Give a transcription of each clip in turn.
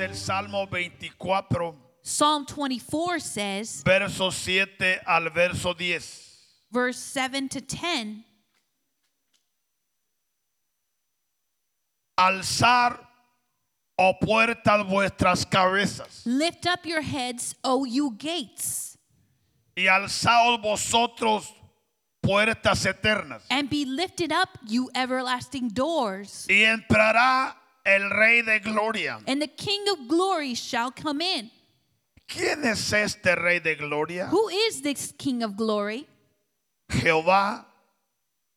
el Salmo 24, Psalm 24 says, verso 7 al verso 10. verse 7 to 10, Alzar, oh puertas, vuestras cabezas, Lift up your heads, O you gates, y alzaos vosotros puertas eternas. and be lifted up, you everlasting doors, Y entrará el Rey de Gloria. and the King of glory shall come in. ¿Quién es este Rey de Gloria? Who is this King of glory? Jehová,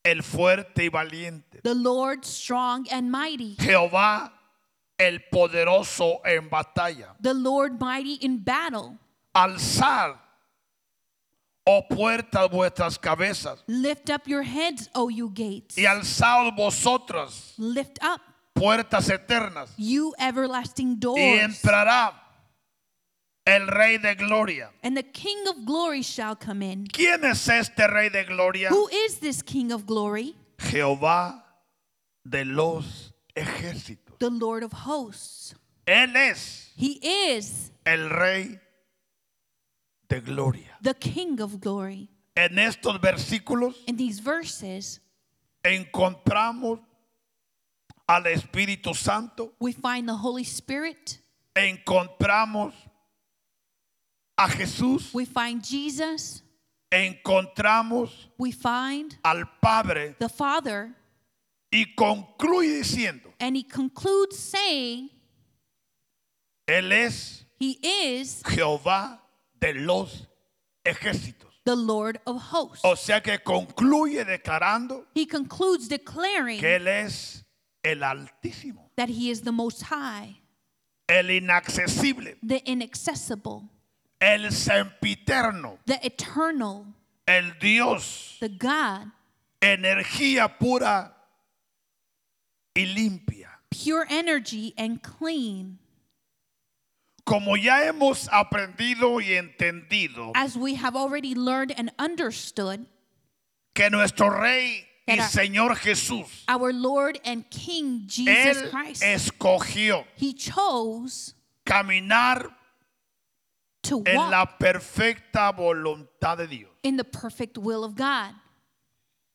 el fuerte y valiente. The Lord strong and mighty, Jehová, el poderoso en batalla. the Lord mighty in battle. Alzar, oh puertas, vuestras cabezas. Lift up your heads, O you gates. Y alzaos vosotras, Lift up, puertas eternas. you everlasting Y doors, entrará el Rey de Gloria. and the King of glory shall come in. ¿Quién es este Rey de Gloria? Who is this King of glory? Jehová de los ejércitos. The Lord of hosts. Él es He is el Rey de Gloria. the King of glory. En estos versículos In these verses, encontramos al Espíritu Santo, we find the Holy Spirit, encontramos a Jesús, we find Jesus, encontramos we find al Padre the Father, y concluye diciendo, and he concludes saying, Él es He is Jehová de los ejércitos. the Lord of hosts. O sea que concluye declarando He concludes declaring que Él es el Altísimo, that he is the Most High, el Inaccesible, the inaccessible, el Sempiterno, the eternal, el Dios, the God, energía pura y limpia. pure energy and clean. Como ya hemos aprendido y entendido As we have already learned and understood, que nuestro Rey y Era- Señor Jesús, our Lord and King Jesus Él Christ, escogió he chose caminar to en walk la perfecta voluntad de Dios. in the perfect will of God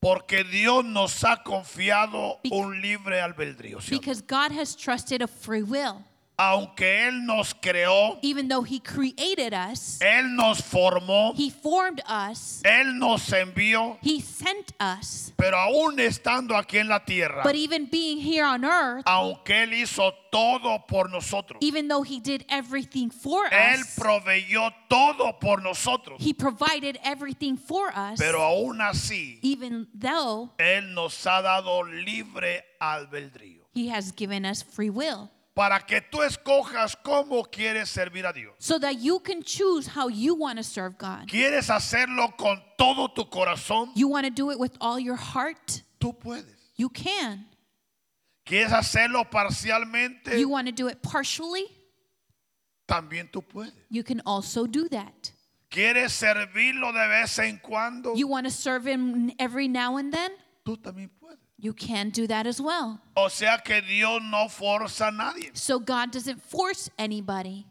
Porque Dios nos ha confiado Bec- un libre albedrío. ¿sí o no? because God has trusted a free will. Aunque Él nos creó, Even though he created us, Él nos formó, he formed us, Él nos envió, he sent us, pero aún estando aquí en la tierra, but even being here on earth, aunque Él hizo todo por nosotros, even though he did everything for Él us, proveyó todo por nosotros, he provided everything for us, pero aún así, even though Él nos ha dado libre albedrío. he has given us free will. Para que tú escojas cómo quieres servir a Dios. So that you can choose how you want to serve God. ¿Quieres hacerlo con todo tu corazón? You want to do it with all your heart? Tú puedes. You can. ¿Quieres hacerlo parcialmente? You want to do it partially? También tú puedes. You can also do that. ¿Quieres servirlo de vez en cuando? You want to serve him every now and then? Tú también puedes. You can do that as well. O sea que Dios no forza a nadie. So God doesn't force anybody.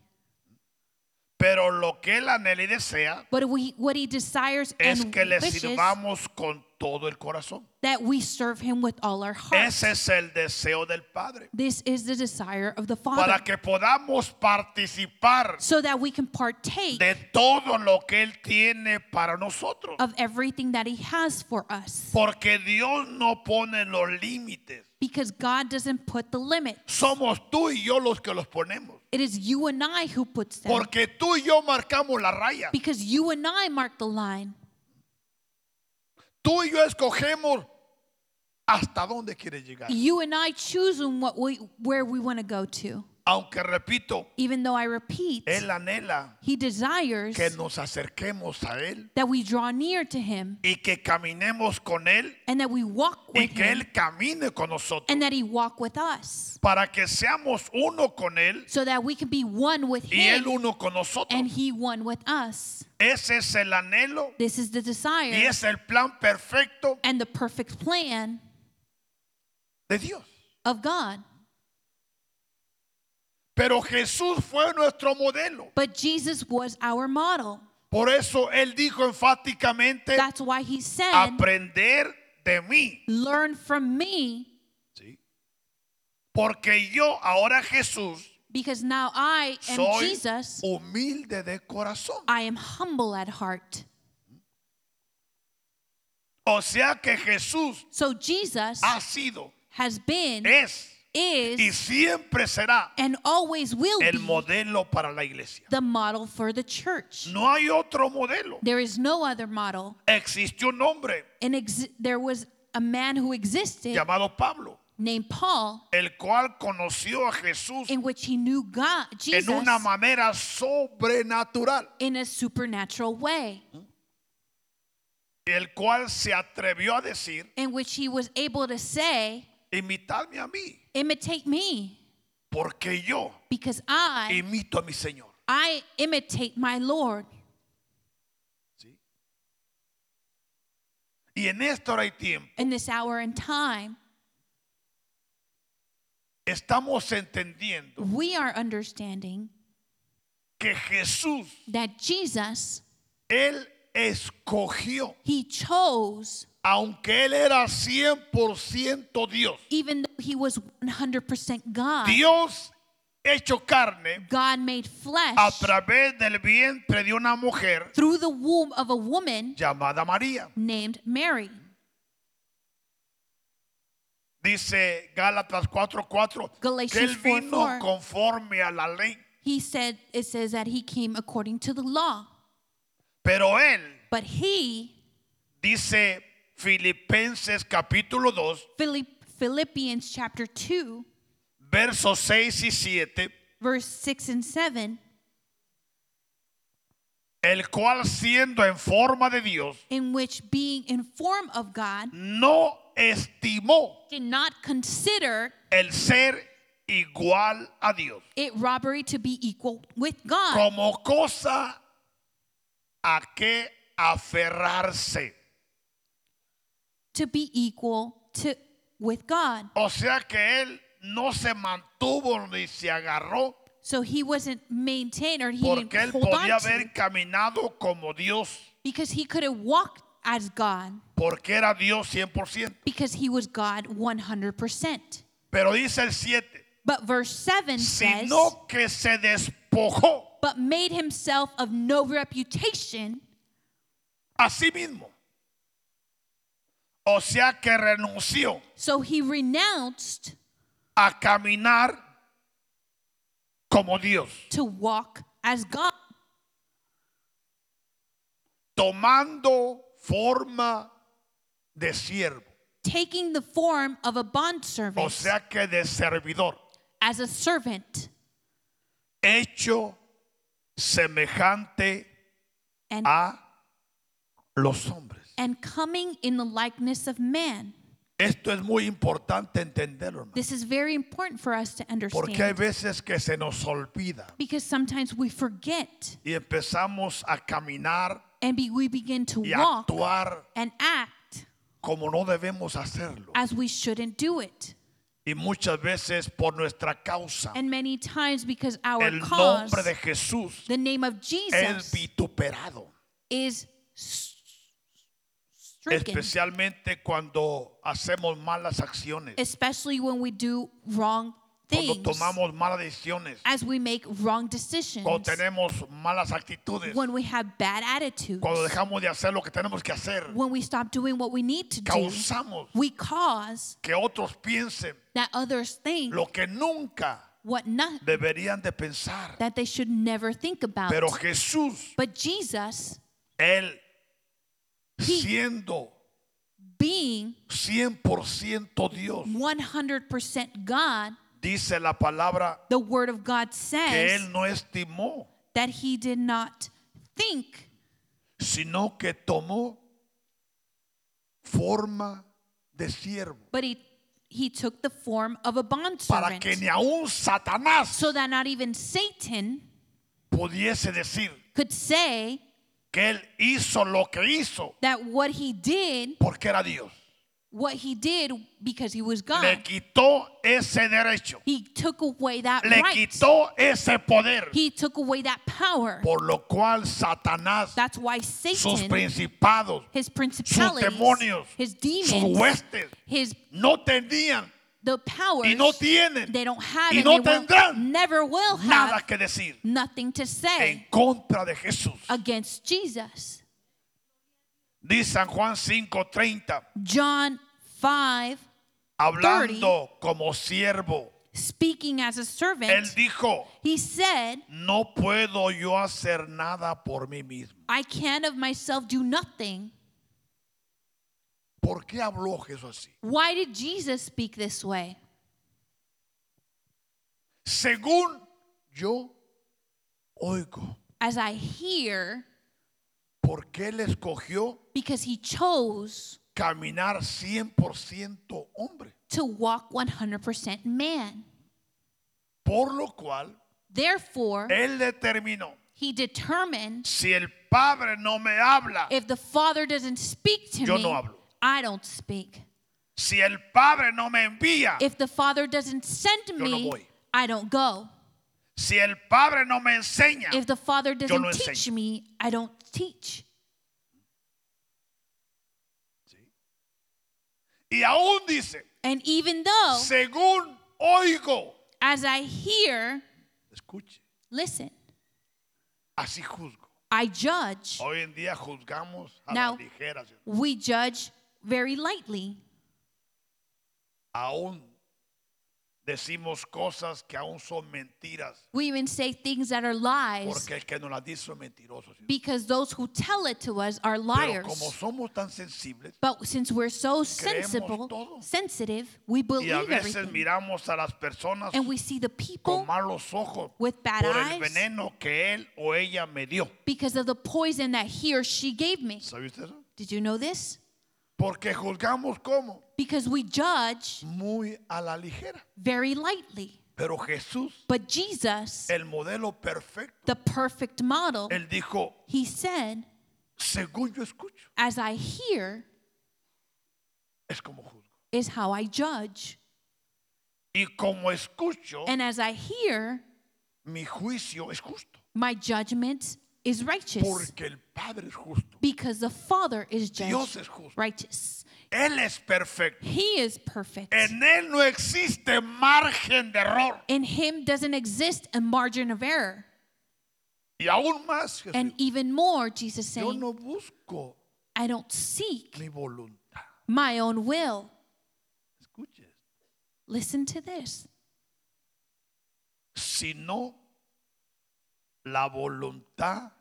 Pero lo que Él anhela y desea But we, what he desires es and que le wishes sirvamos con todo el corazón. that we serve him with all our hearts. Ese es el deseo del Padre. This is the desire of the Father. Para que podamos participar So that we can partake de todo lo que Él tiene para nosotros. of everything that he has for us. Porque Dios no pone los límites. Because God doesn't put the limit. Somos tú y yo los que los ponemos. It is you and I who puts them. Porque tú y yo marcamos la raya. because you and I mark the line. Tú y yo escogemos hasta dónde quieres llegar. You and I choose in what we, where we want to go to. Aunque repito, Even though I repeat, Él anhela he desires que nos acerquemos a Él that we draw near to him y que caminemos con Él and that we walk y with que him Él camine con nosotros. and that he walk with us Para que seamos uno con Él so that we can be one with y Él him uno con nosotros. and he one with us. Ese es el anhelo This is the y desire es el plan perfecto and the perfect plan de Dios. of God. Pero Jesús fue nuestro modelo. But Jesus was our model. Por eso él dijo enfáticamente, That's why he said, aprender de mí. Learn from me, ¿sí? Porque yo ahora Jesús because now I am soy Jesus. humilde de corazón. I am humble at heart. O sea que Jesús So Jesus ha sido, has been, es y is, siempre será and always will el be modelo para la iglesia. the model for the church. No hay otro modelo. There is no other model. Existe un hombre And ex- there was a man who existed llamado Pablo, named Paul, el cual conoció a Jesús in which he knew God, Jesus, en una manera sobrenatural, in a supernatural way, el cual se atrevió a decir, in which he was able to say, imitadme a mí, imitate me, porque yo because I, imito a mi Señor. I imitate my Lord. ¿Sí? Y en esta hora y tiempo In this hour and time, estamos entendiendo we are understanding que Jesús, that Jesus, Él escogió, he chose, aunque Él era 100% Dios, even though he was 100% God, Dios hecho carne God made flesh a través del vientre de una mujer through the womb of a woman llamada María. named Mary. Dice Gálatas 4:4 que Galatians él vino 4:4. conforme a la ley, He said, it says that he came according to the law. pero él But he, dice Filipenses capítulo 2, Philipp- Philippians chapter 2, versos 6 y 7, verse 6 and 7, el cual siendo en forma de Dios in which being in form of God, no estimó did not consider el ser igual a Dios it robbery to be equal with God. como cosa a que aferrarse. to be equal to with God. O sea que él no se mantuvo ni se agarró So he wasn't maintained or he Porque didn't él hold podía on to haber caminado como Dios, because he could have walked as God porque era Dios 100%. because he was God 100%. Pero dice el 7, But verse 7 says, sino que se despojó but made himself of no reputation, a sí mismo. O sea que renunció so he renounced a caminar como Dios, to walk as God, tomando forma de siervo, taking the form of a o bondservant sea que de servidor, as a servant hecho semejante and, a los hombres. and coming in the likeness of man. Esto es muy importante entenderlo, hermano. This is very important for us to Porque hay understand veces que se nos olvida because sometimes we forget y empezamos a caminar and be, we begin to y a walk actuar and act como no debemos hacerlo. as we shouldn't do it. Y muchas veces por nuestra causa, And many times because our el cause, nombre de Jesús the name of es Jesus, vituperado. is s- stricken, Especialmente cuando hacemos malas acciones, especially when we do wrong cuando things, tomamos malas decisiones, as we make wrong cuando decisions, tenemos malas actitudes, when we have bad attitudes, cuando dejamos de hacer lo que tenemos que hacer, when we stop doing what we need to do, causamos we cause que otros piensen that others think lo que nunca what not deberían de pensar. that they should never think about. Pero Jesús, But Jesus, Él, He- siendo being 100% Dios, 100% God, dice la palabra the Word of God que says Él no estimó, that He did not think, sino que tomó forma de siervo. but He He took the form of a Para que bondservant, ni aún Satanás so that not even Satan pudiese decir could say que Él hizo lo que hizo that what He did porque era Dios. what he did because he was Le God. quitó ese derecho. He took away that Le right. quitó ese poder. He took away that power. Por lo cual Satanás, That's why sus Satan, principados, his principalities, demonios, his sus demons, huestes, his no tenían the powers y no tienen they don't have y and no they won't- tendrán never will nada have que decir nothing to en say contra de Jesús. against Jesus. Dice San Juan 5:30, John 5, hablando como siervo, speaking as a él servant, dijo, he said, no puedo yo hacer nada por mí mismo. I can of myself do nothing. ¿Por qué habló Jesús así? Why did Jesus speak this way? Según yo oigo, As I hear, porque él escogió because he chose caminar 100% hombre, to walk 100% man. por lo cual Therefore, él determinó, he determined si el Padre no me habla, if the Father doesn't speak to Yo me, no hablo. I don't speak. si el Padre no me envía, If the Father doesn't send no me, voy. I don't go. si el Padre no me enseña, If the Father doesn't no teach enseño. me, I don't teach. y aún dice, And even though, según oigo, as I hear, escuche, listen, así juzgo. I judge. Hoy en día juzgamos a Now- la ligera. ¿sí? We judge very lightly. Aún decimos cosas que aún son mentiras, We even say things that are lies porque el que nos las dice es mentiroso. ¿sí? because those who tell it to us are Pero como liars. somos tan sensibles But since we're so sensible, todo. sensitive, we y a believe veces everything. miramos a las personas And we see the con people malos ojos with bad por el eyes veneno que él o ella me dio. because of the poison that he or she gave me. ¿Sabe usted eso? Did you know this? Porque juzgamos como Because we judge muy a la ligera. very lightly. Pero Jesús, But Jesus, el modelo perfecto, the perfect model, él dijo, he said, según yo escucho, As I hear es como juzgo. is how I judge. Y como escucho, And as I hear, mi juicio es justo. my judgment is righteous. Porque el Padre es justo. Because the Father is Dios just es justo. righteous. Él es perfecto. He is perfect. En Él no existe margen de error. In him doesn't exist a margin of error. Y aún más, Jesús, And even more, Jesus yo saying, no busco I don't seek mi voluntad. my own will. Escuche esto. Listen to this. Sino la voluntad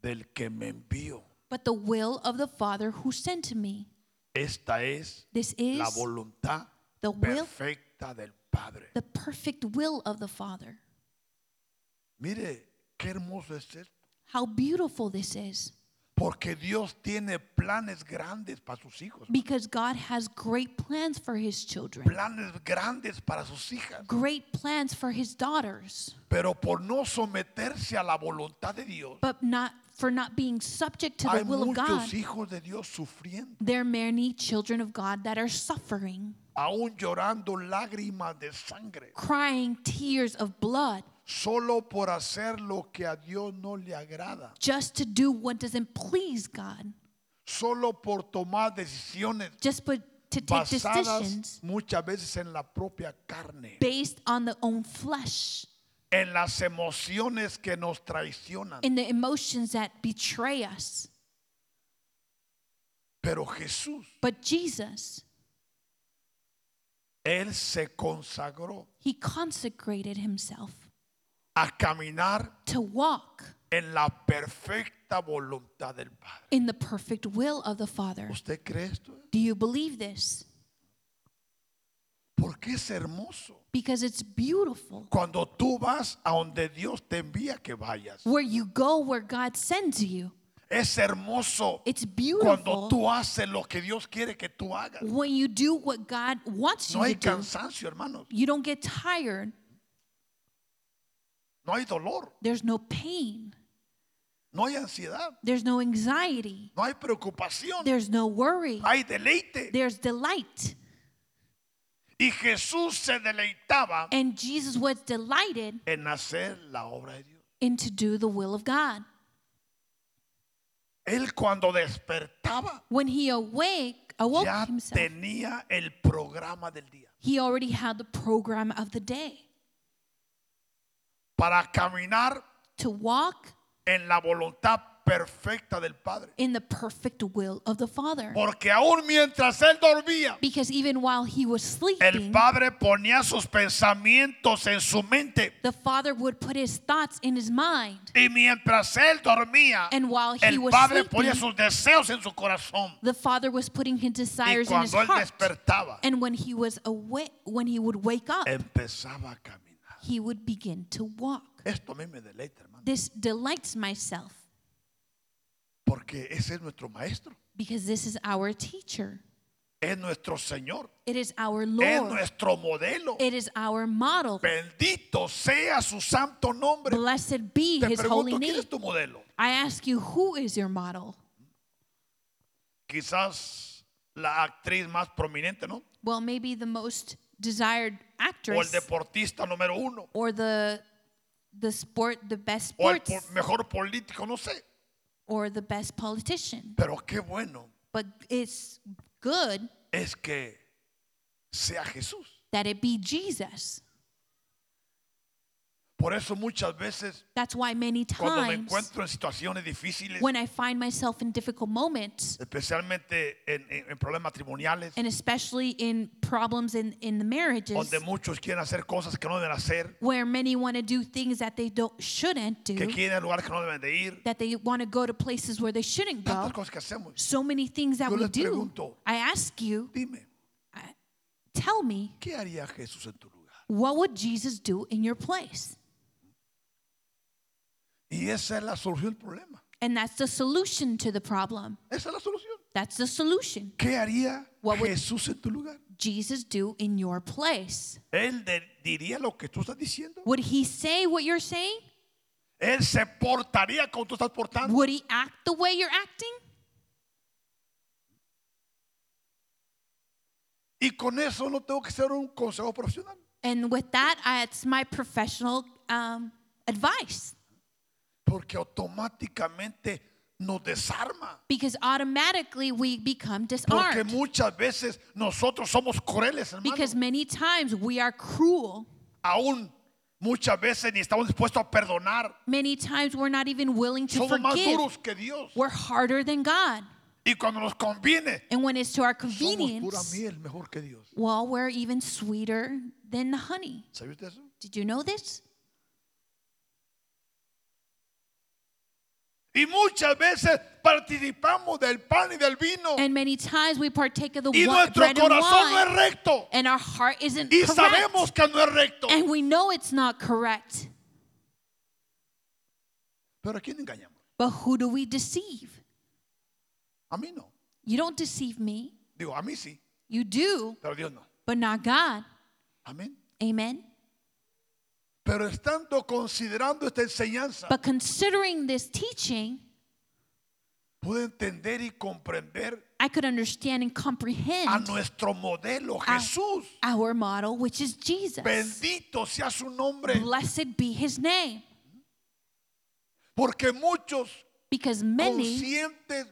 del que me envió. But the will of the Father who sent me. Esta es This la is voluntad the will, perfecta del Padre. the perfect will of the Father. Mire, qué hermoso es esto. How beautiful this is. Porque Dios tiene planes grandes para sus hijos, Because God has great plans for his children, planes grandes para sus hijas. great plans for his daughters. Pero por no someterse a la voluntad de Dios, But not for not being subject to the hay will of God. muchos hijos de Dios sufriendo, There are many children of God that are suffering, aún llorando lágrimas de sangre, crying tears of blood solo por hacer lo que a Dios no le agrada, just to do what doesn't please God, solo por tomar decisiones just but to take basadas decisions muchas veces en la propia carne, based on the own flesh en las emociones que nos traicionan. and the emotions that betray us. Pero Jesús But Jesus, Él se consagró he consecrated himself a caminar to walk en la perfecta voluntad del Padre. in the perfect will of the Father. ¿Usted cree esto? Do you believe this? Porque es hermoso. Because it's beautiful. Cuando tú vas a donde Dios te envía que vayas. Where you go, where God sends you, Es hermoso it's cuando beautiful tú haces lo que Dios quiere que tú hagas. when you do what God wants No hay you to do. cansancio, hermanos. You don't get tired, No hay dolor. there's no pain. No hay ansiedad, There's no anxiety. no hay preocupación, There's no worry. hay deleite. There's delight. Y Jesús se deleitaba And Jesus was delighted en hacer la obra de Dios. in to do the will of God. Él cuando despertaba When he awake, awoke ya himself, tenía el programa del día. he already had the program of the day Para caminar to walk en la voluntad perfecta del Padre. in the perfect will of the Father. Porque aún mientras él dormía, Because even while he was el sleeping, Padre ponía sus pensamientos en su mente. the Father would put his thoughts in his mind. Y mientras él dormía, And while he el was Padre ponía sleeping, sus deseos en su corazón. The Father was putting his Y desires in his cuando él heart. despertaba, And when he was awake, when he would wake up, empezaba a caminar. he would begin to walk. Esto a mí me deleita, hermano. This delights myself Porque ese es nuestro maestro. because this is our teacher. Es nuestro Señor. It is our Es Lord. Eh. nuestro modelo. It is our model. Bendito sea su santo nombre. Blessed be Te his holy pregunto, ¿quién name. es tu modelo? I ask you, who is your model? Quizás la actriz más prominente, ¿no? Well, maybe the most desired O el actress deportista número uno. or the the sport the best O el sports po- mejor político, no sé. or the best politician. Pero qué bueno But it's good es que sea Jesús. that it be Jesus. Por eso muchas veces That's why many cuando me times encuentro en situaciones difíciles, when I find myself in difficult moments, especialmente en, en- en problemas matrimoniales, and especially in problems in, in the marriages, donde muchos quieren hacer cosas que no deben hacer, where many want to do things that they don't shouldn't que do, quieren ir a lugares que no deben de ir, that they want to go to places where they shouldn't go. tantas cosas que hacemos. So many things that Yo we les do. pregunto. I ask you, Dime, I- tell me, ¿qué haría Jesús en tu lugar? what would Jesus do in your place? Y esa es la solución del problema. And that's the solution to the problem. Esa es la solución. That's the solution. ¿Qué haría What would- Jesús en tu lugar? Jesus do in your place. Él de- diría lo que tú estás diciendo. Would he say what you're saying? Él se portaría como tú estás portando. Would he act the way you're acting? Y con eso no tengo que ser un consejo profesional. And with that, I, it's my professional um, advice Porque automáticamente nos desarma. because automatically we become Porque disarmed. muchas veces nosotros somos crueles, hermano. Because many times we are cruel. Aún muchas veces ni estamos dispuestos a perdonar. Many times we're not even willing to Somos más forgive. duros que Dios. We're harder than God. Y cuando nos conviene, And when it's to our somos pura convenience, miel mejor que Dios. well, we're even sweeter than the honey. ¿Sabía usted eso? Did you know this? Y muchas veces participamos del pan y del vino. And many times we partake of the Y wi- nuestro bread and corazón no es wine, recto. and our heart isn't Y correct. sabemos que no es recto. And we know it's not correct. Pero ¿a quién engañamos? But who do we deceive? A mí no. You don't deceive me. Digo, a mí sí, You do, pero a Dios no. but not God. Amén. Amen. Pero estando considerando esta enseñanza, But considering this teaching, pude entender y comprender I could understand and a comprehend nuestro modelo Ah. Jesús. our model, which is Jesus. Bendito sea su nombre. Blessed be his name. Porque muchos Because many, conscientes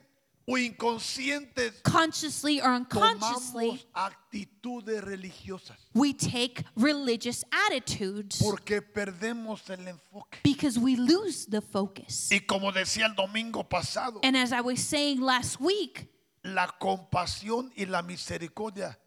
o inconscientes consciously or unconsciously, tomamos actitudes religiosas. we take religious attitudes Porque perdemos el enfoque. because we lose the focus. Y como decía el domingo pasado, And as I was saying last week, la compasión y la misericordia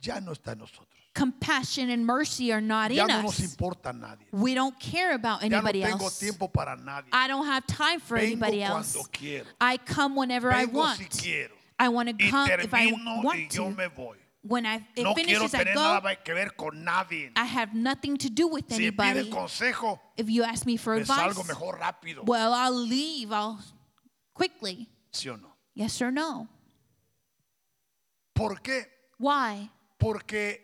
ya no está en nosotros. compassion and mercy are not Ya in no nos us. importa a nadie. We don't care about Ya no anybody tengo else. tiempo para nadie. I don't have time for Vengo anybody cuando else. quiero. I come whenever I Vengo si want. quiero. I want to Y come if I termino y want yo to. me voy. When I it No quiero finishes, I tener go. nada que ver con nadie. I have nothing to do with Si me piden anybody. consejo, If you ask me for me advice, salgo mejor rápido. well, I'll leave. I'll quickly. ¿Sí o no? Yes or no? ¿Por qué? Why? Porque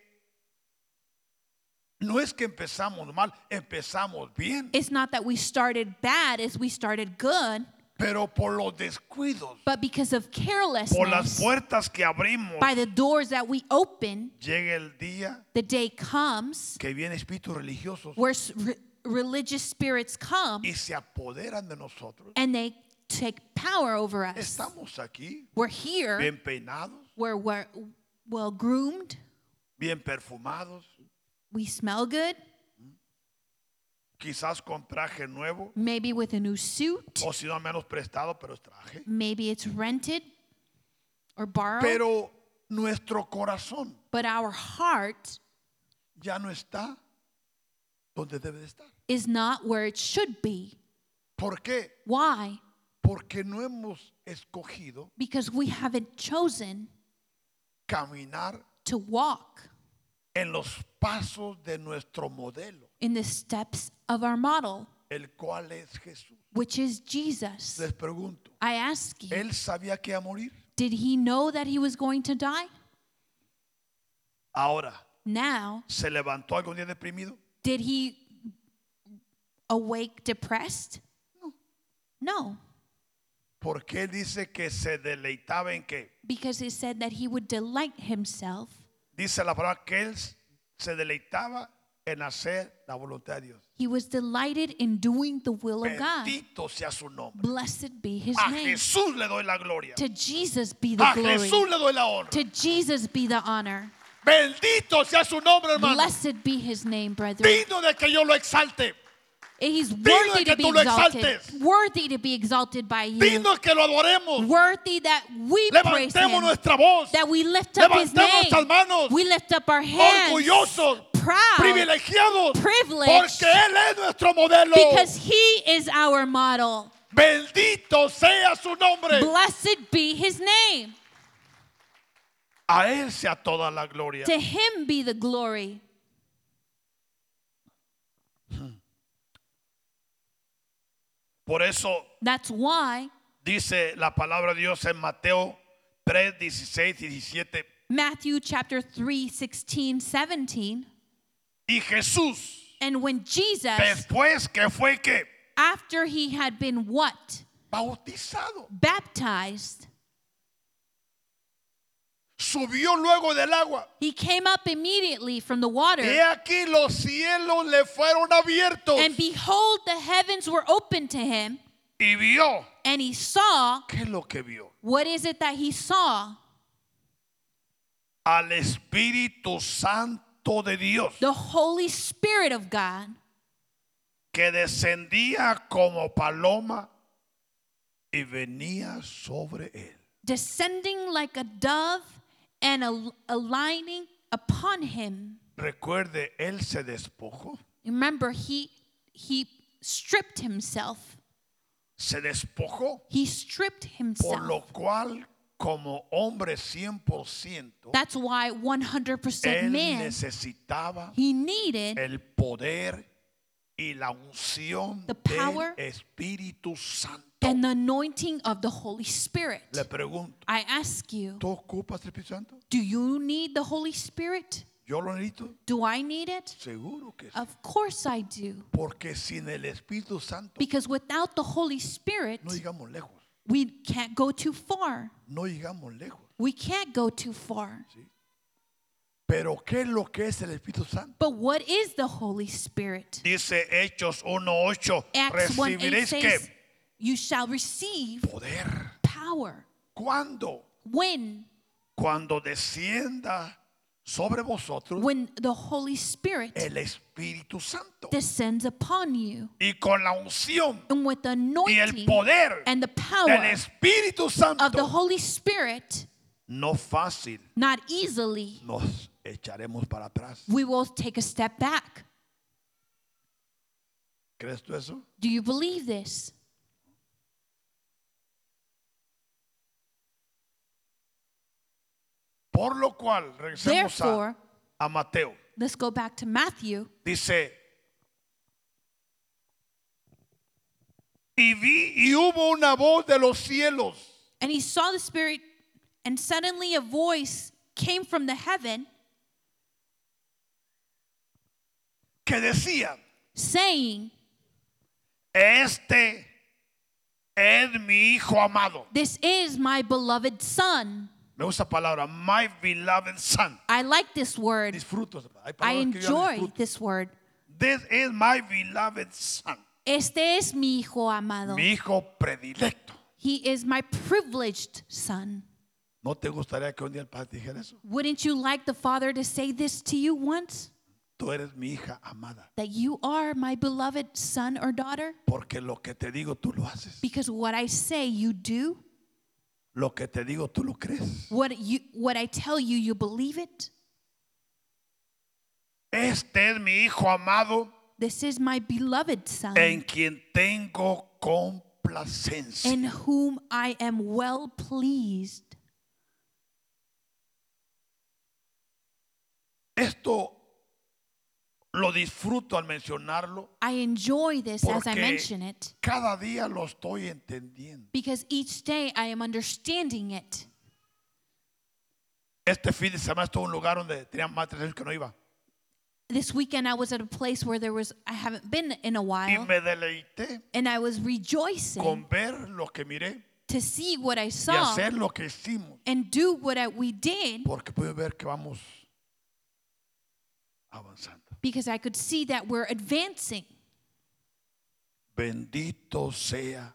no es que empezamos mal, empezamos bien. It's not that we started bad; it's we started good. Pero por los descuidos, But because of por las carelessness, puertas que abrimos, by the doors that we open, llega el día the day comes que vienen espíritus religiosos where s- re- religious spirits come y se apoderan de nosotros. and they take power over us. Estamos aquí, We're here, bien peinados, we're, we're well groomed, bien perfumados, we smell good, quizás con traje nuevo, maybe with a new suit, o si no menos prestado, pero es traje. maybe it's rented or borrowed, Pero nuestro corazón but our heart ya no está donde debe de estar. is not where it should be. ¿Por qué? Why? Porque no hemos escogido Because we haven't chosen caminar to walk en los pasos de nuestro modelo, in the steps of our model, el cual es Jesús. which is Jesus. Les pregunto, I ask you, ¿él sabía que iba a morir? did he know that he was going to die? Ahora, Now, ¿se levantó algún día deprimido? did he awake depressed? No, Porque él dice que se deleitaba en qué? because it said that he would delight himself. Dice la palabra que él se deleitaba en hacer la voluntad de Dios. He was delighted in doing the will of God. Bendito sea su nombre. Blessed be his A name. Jesús le doy la gloria. To Jesus be the A glory. Jesús le doy la honra. To Jesus be the honor. Bendito sea su nombre, hermano. Blessed be his name, brethren. Digno de que yo lo exalte. He's de worthy que to be tú lo exalted. exaltes. Worthy to be exalted by you. Digno que lo adoremos. Worthy that we praise Levantemos him. nuestra voz. That we lift up his Levantemos name. nuestras manos. We lift up our hands. Orgullosos. Proud. Privilegiados. Privileged. Porque Él es nuestro modelo. Because he is our model. Bendito sea su nombre. Blessed be his name. A Él sea toda la gloria. To him be the glory. Por eso That's why dice la palabra de Dios en Mateo 3, 16 y 17. Matthew chapter 3, 16, 17. Y Jesús, And when Jesus, después que fue que after he had been what? bautizado, Baptized, subió luego del agua. he came up immediately from the water. He aquí los cielos le fueron abiertos And behold, the heavens were opened to him, y vio. and he saw ¿Qué es lo que vio? what is it that he saw? Al Espíritu Santo de Dios The Holy Spirit of God que descendía como paloma y venía sobre él. descending like a dove and al- aligning upon him. Recuerde, él se despojó, Remember, he he stripped himself. se despojó, He stripped por himself. lo cual como hombre 100%, That's why 100% él man, necesitaba he needed el poder y la unción The del power Espíritu Santo. an anointing of the Holy Spirit. Le pregunto, I ask you, ¿tú ocupas el Espíritu Santo? do you need the Holy Spirit? ¿Yo lo necesito? Do I need it? Seguro que sí. Of course I do. Porque sin el Espíritu Santo, Because without the Holy Spirit, no llegamos lejos, we can't go too far. no llegamos lejos. We can't go too far. Pero ¿qué es lo que es el Espíritu Santo? But what is the Holy Spirit? Dice Hechos 1.8, Acts 1 8 recibiréis says, que You shall receive poder. power ¿Cuándo? when Cuando descienda sobre vosotros when the Holy Spirit el Espíritu Santo. descends upon you. Y con la unción And with the y el anointing poder and the del power Espíritu of the Santo, Holy Spirit, no fácil not easily, nos echaremos para atrás. we will take a step back. ¿Crees tú eso? Do you believe this? Por lo cual, regresemos a, Therefore, a Mateo. let's go back to Matthew. Dice, y vi y hubo una voz de los cielos And he saw the Spirit, and suddenly a voice came from the heaven que decía, saying, este Es mi hijo amado. This is my beloved son. Me gusta la palabra, my beloved son. I like this word. Disfruto. esa palabra. Hay I palabras que yo las enjoy disfruto. this word. This is my beloved son. Este es mi hijo amado. Mi hijo predilecto. He is my privileged son. ¿No te gustaría que un día el padre te dijera eso? Wouldn't you like the Father to say this to you once? Tú eres mi hija amada. That you are my beloved son or daughter? Porque lo que te digo tú lo haces. Because what I say, you do. Lo que te digo tú lo crees. What, you, what I tell you, you believe it. Este es mi hijo amado This is my beloved son, en quien tengo complacencia. in whom I am well pleased. Esto lo disfruto al mencionarlo. I enjoy this as I Porque- mention it Cada día lo estoy entendiendo. because each day I am understanding it. Este fin de semana estuve en un lugar donde tenía más de tres años que no iba. This weekend I was at a place where there was I haven't been in a Y while me deleité and I was rejoicing con ver lo que miré to see what I y saw hacer lo que hicimos. and do what I, we did Porque pude ver que vamos avanzando. because I could see that we're advancing. Bendito sea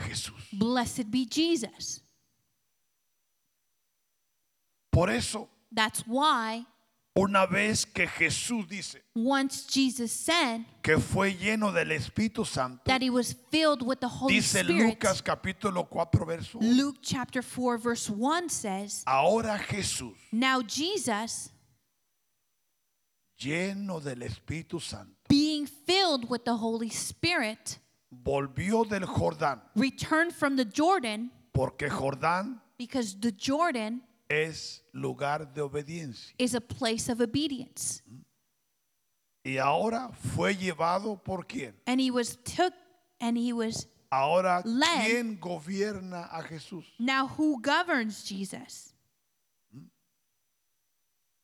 Jesús. Blessed be Jesus. Por eso, That's why una vez que Jesús dice once Jesus said que fue lleno del Espíritu Santo, that he was filled with the Holy dice Spirit. Lucas capítulo 4 verso uno, Luke chapter 4, verse 1 says, Ahora Jesús, Now Jesus, lleno del Espíritu Santo, being filled with the Holy Spirit, volvió del Jordán, returned from the Jordan, porque Jordán because the Jordan es lugar de obediencia. is a place of obedience. Y ahora fue llevado por quién? And he was took, and he was Ahora, Led. ¿quién gobierna a Jesús? now who governs Jesus?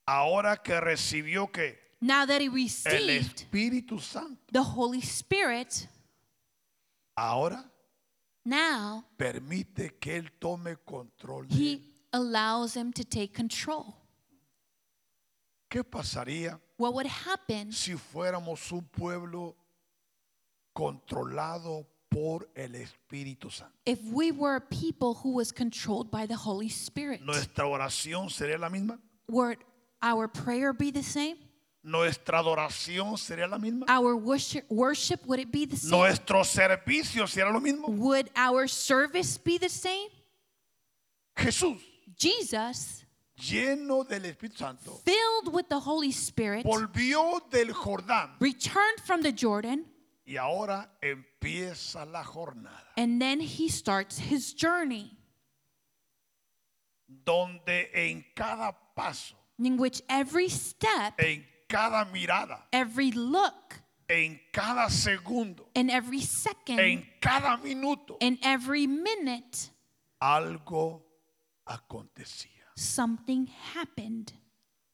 Ahora que recibió que Now that he el received Espíritu Santo. the Holy Spirit, Ahora now permite que Él tome control de he él. allows him to take control. ¿Qué pasaría What would happen si fuéramos un pueblo controlado por el Espíritu Santo? if we were a people who was controlled by the Holy Spirit? ¿Nuestra oración sería la misma? Would our prayer be the same? ¿Nuestra adoración sería la misma? Our worship, worship would it be the same? ¿Nuestro servicio sería lo mismo? Would our service be the same? Jesús, Jesus, lleno del Espíritu Santo, filled with the Holy Spirit, volvió del Jordán returned from the Jordan, y ahora empieza la jornada and then he starts his journey, donde en cada paso, in which every step, en cada mirada, every look, en cada segundo, and every second, en cada minuto, and every minute, algo acontecía. something happened.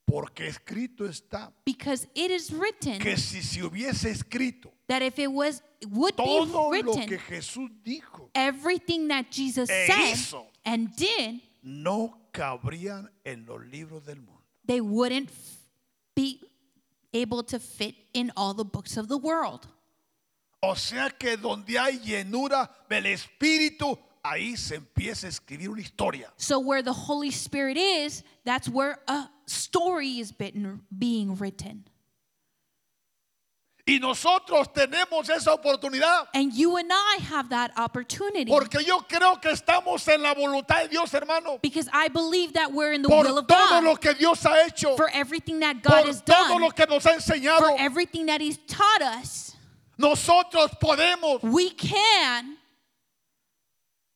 Porque escrito está Because it is written que si se hubiese escrito that if it was would be todo lo written que Jesús dijo, everything that Jesus E said hizo. and did, no cabrían en los libros del mundo. they wouldn't f- be able to fit in all the books of the world. O sea que donde hay llenura del Espíritu, ahí se empieza a escribir una historia. So where the Holy Spirit is, that's where a story is bitten, being written. Y nosotros tenemos esa oportunidad. And you and I have that opportunity Porque yo creo que estamos en la voluntad de Dios, hermano. because I believe that we're in the will Por of todo God lo que Dios ha hecho. for everything that God por has todo done, lo que nos ha enseñado, for everything that He's taught us. nosotros podemos, We can,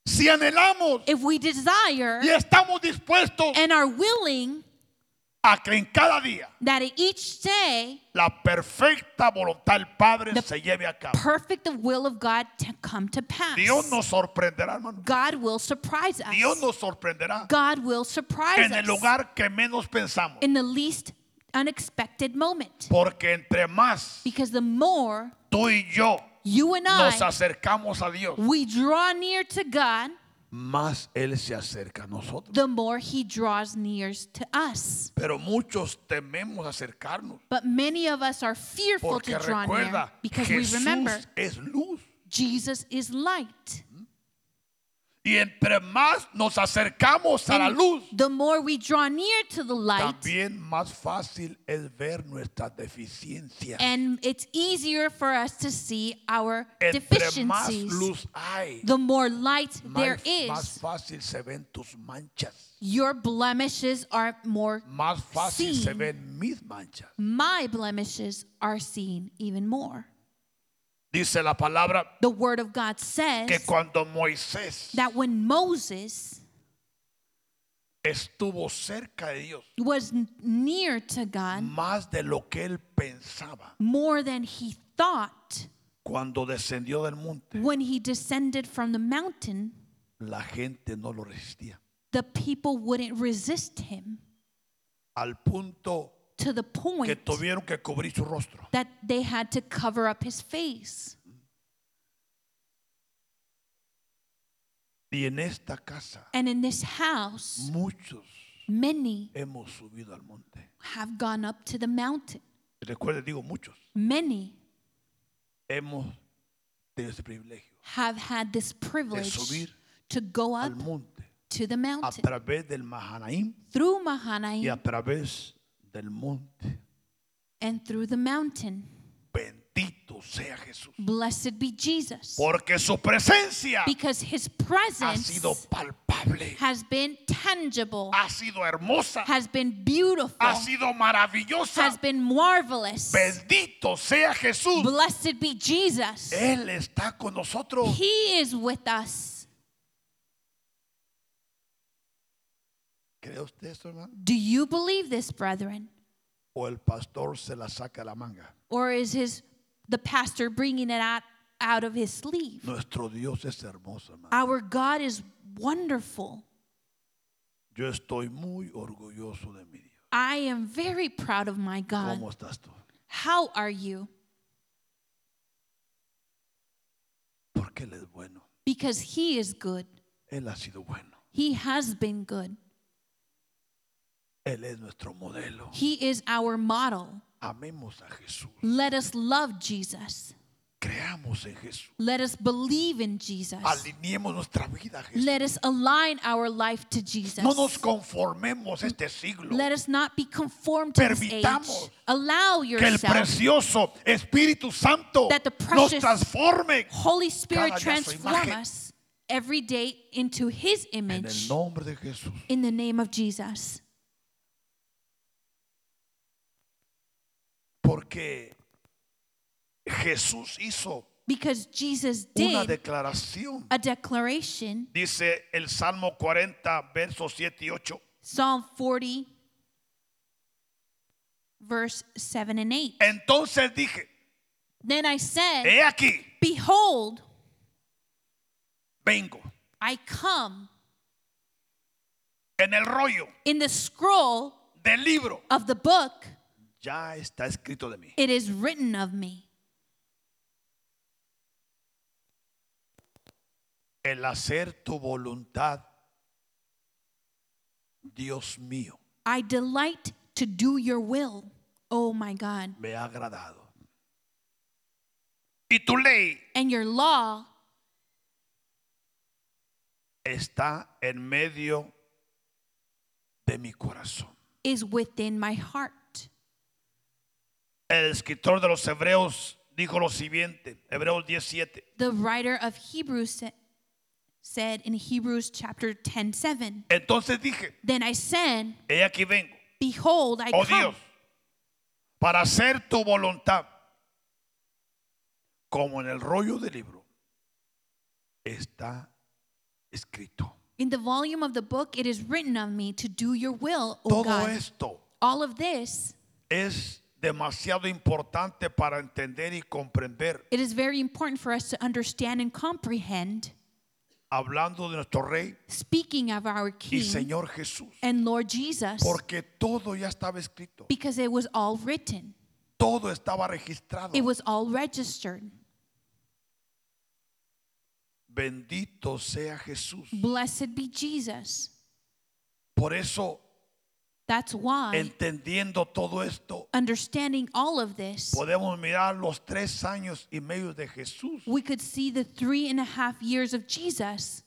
si anhelamos if we desire, y estamos dispuestos and are willing a que en cada día that at each day la perfecta voluntad del Padre The se lleve a cabo. perfect the will of God to come to pass. Dios nos sorprenderá, hermano. God will surprise us. Dios nos sorprenderá God will surprise en el us lugar que menos pensamos. in the least unexpected moment. Porque entre más Because the more tú y yo you and nos I, acercamos a Dios, we draw near to God, más Él se acerca a nosotros. the more He draws near to us. Pero muchos tememos acercarnos But many of us are fearful porque to draw near recuerda, because we remember Jesús es luz. Jesus is light. Y entre más nos acercamos a la And luz, The more we draw near to the light, también más fácil es ver nuestras deficiencias. and it's easier for us to see our Entre más deficiencies. luz hay, The more light there más, más is, fácil se ven tus manchas. your blemishes are more Más fácil se seen. ven mis manchas. My blemishes are seen even more. Dice la palabra The Word of God says que cuando Moisés that when Moses estuvo cerca de Dios, was n- near to God, más de lo que él pensaba, more than he thought, cuando descendió del monte, when he descended from the mountain, la gente no lo resistía. the people wouldn't resist him Al punto to the que point tuvieron que cubrir su rostro. that they had to cover up his face. Y en esta casa And in this house, muchos many hemos subido al monte. have gone up to the mountain. Recuerden, digo muchos, Many hemos tenido ese privilegio have had this privilege subir to go up al monte to the a mountain través del Mahanaim through y Mahanaim a través del monte. and through the mountain. Bendito sea Jesús, Blessed be Jesus. porque su presencia Because his ha sido presence palpable, has been tangible, ha sido hermosa, has been ha beautiful, sido has maravillosa. been marvelous. Bendito sea Jesús. Blessed be Jesus. Él está con nosotros. He is with us. ¿Cree usted eso, hermano? Do you believe this, brethren? O el pastor se la saca de la manga. Or is his the pastor bringing it out, out of his sleeve? Nuestro Dios es hermoso, hermano. Our God is wonderful. Yo estoy muy orgulloso de mi Dios. I am very proud of my ¿Cómo God. estás tú? How are you? Porque Él es bueno. Because he is good. Él ha sido bueno. He has been good. Él es nuestro modelo. He is our model. Amemos a Jesús. Let us love Jesus. Creamos en Jesús. Let us believe in Jesus. Alineemos nuestra vida a Jesús. Let us align our life to Jesus. No nos conformemos a este siglo. Let us not be conformed to this age. Permitamos Allow Que el yourself, precioso Espíritu Santo That the nos precious- transforme. Holy Spirit, Cada día su transform imagen. us every day into His En el image nombre de Jesús. in the name of Jesus. Porque Jesús hizo Because Jesus una did declaración. a declaration, Dice el Salmo 40, versos 7 y 8. Psalm 40, verse 7 and 8. Entonces dije, Then I said, he aquí, Behold, vengo, I come en el rollo in the scroll del libro. of the book, Ya está escrito de mí. it is written of me. El hacer tu voluntad, Dios mío, I delight to do your will, O my God. me ha agradado. Y tu ley And your law está en medio de mi corazón. is within my heart. El escritor de los Hebreos dijo lo siguiente, Hebreos 17, The writer of Hebrews sa- said in Hebrews chapter 10 7, entonces dije, Then I said, he aquí vengo, Behold, I oh come Dios, para hacer tu voluntad, como en el rollo del libro está escrito. in the volume of the book, it is written of me to do your will, O Todo Oh, God. esto All of this, es demasiado importante para entender y comprender. it is very important for us to understand and comprehend, Hablando de nuestro Rey speaking of our y King Señor Jesús. and Lord Jesus, Porque todo ya estaba escrito. because it was all written, Todo estaba registrado. it was all registered. Bendito sea Jesús. Blessed be Jesus. Por eso, That's why, entendiendo todo esto, understanding all of this, podemos mirar los tres años y medio de Jesús. we could see the three and a half years of Jesus.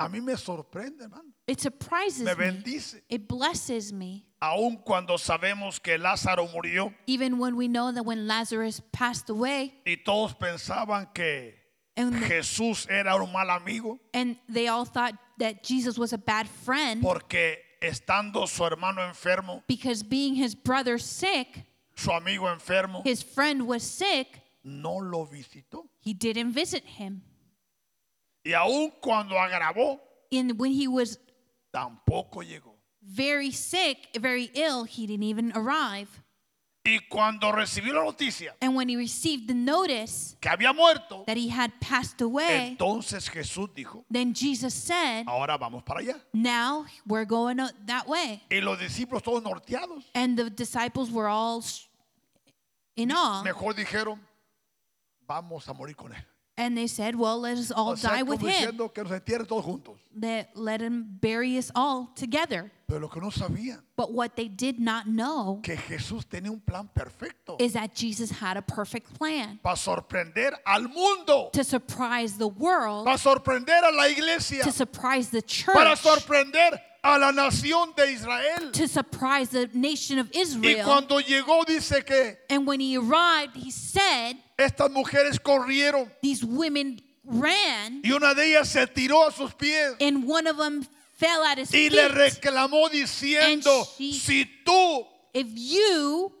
A mí me sorprende, hermano. It surprises Me me. bendice. It blesses me. Aun cuando sabemos que Lázaro murió Even when we know that when Lazarus passed away, y todos pensaban que and, Jesús era un mal amigo and they all thought that Jesus was a bad friend porque estando su hermano enfermo, because being his brother sick, su amigo enfermo, his friend was sick, no lo visitó. he didn't visit him. Y aun cuando agravó, And when he was tampoco llegó. very sick, very ill, he didn't even arrive. Y cuando recibió la noticia And when he received the notice que había muerto, that he had passed away, entonces Jesús dijo, then Jesus said, ahora vamos para allá. Now we're going o- that way. Y los discípulos todos norteados, And the disciples were all s- in awe. mejor dijeron, vamos a morir con él. And they said, Well, let us all O sea, die with como him. diciendo que nos entierren todos juntos. That let him bury us all together. Pero lo que no sabían, But what they did not know que Jesús tenía un plan perfecto is that Jesus had a perfect plan para sorprender al mundo, to surprise the world, para sorprender a la iglesia, to surprise the para church, sorprender a la nación de Israel. to surprise the nation of Y Israel. cuando llegó dice que And when he arrived, he said, estas mujeres corrieron These women ran, y una de ellas se tiró a sus pies and one of them fell at his y le feet. reclamó diciendo, And she- si tú If you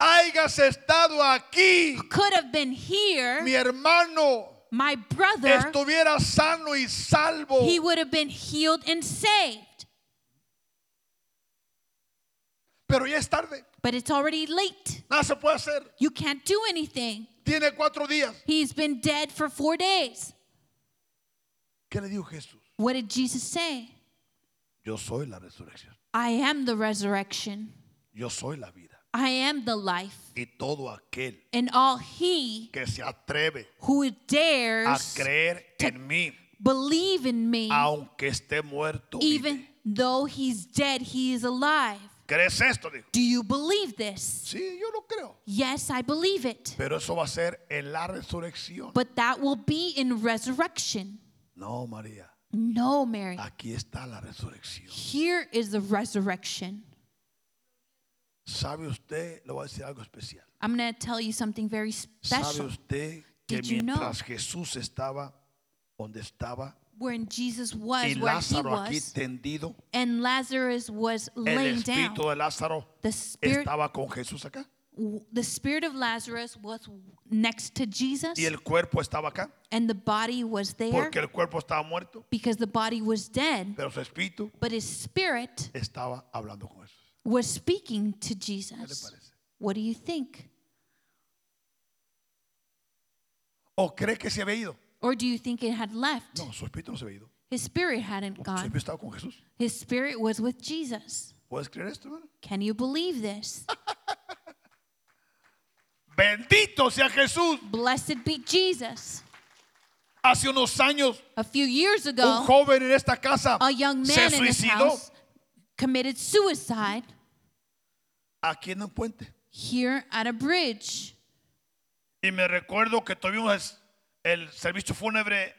hayas estado aquí, could have been mi here, hermano my brother, estuviera sano y salvo. he would have been healed and saved. Pero ya es tarde, But it's already late. nada se puede hacer. You can't do anything. Tiene cuatro días. He's been dead for four days. ¿Qué le dijo Jesús? What did Jesus say? Yo soy la resurrección, I am the resurrection, yo soy la vida. I am the life. Y todo aquel And all he que se atreve who a dares creer en mí, believe in me, aunque esté muerto, even vive. though he's dead, he is alive. ¿crees esto? Dijo. Do you believe this? Sí, yo lo creo. Yes, I believe it. Pero eso va a ser en la resurrección. But that will be in resurrection. No, María, No, Mary. aquí está la resurrección. Here is the resurrection. ¿Sabe usted? Le voy a decir algo especial. I'm going to tell you something very ¿Sabe special. usted que Did you know? mientras Jesús estaba donde estaba When Jesus y was where he Lázaro aquí was, tendido, and Lazarus was el laying down, espíritu de Lázaro the spirit, estaba con Jesús acá w- the spirit of Lazarus was next to Jesus, y el cuerpo estaba acá and the body was there porque el cuerpo estaba muerto, because the body was dead, pero su espíritu but his spirit estaba hablando con Jesús. was speaking to Jesus. parece? What do you think? ¿O cree que se había ido? Or do you think it had left? No, su espíritu no se había ido. His spirit hadn't Su gone. espíritu estaba con Jesús. His spirit was with Jesus. ¿Puedes creer esto, hermano? Can you believe this? Bendito sea Jesús. Blessed be Jesus. Hace unos años, A few years un ago, joven en esta casa a young se man in this suicidó house committed suicide aquí en un puente. here at a bridge. Y me recuerdo que tuvimos el servicio fúnebre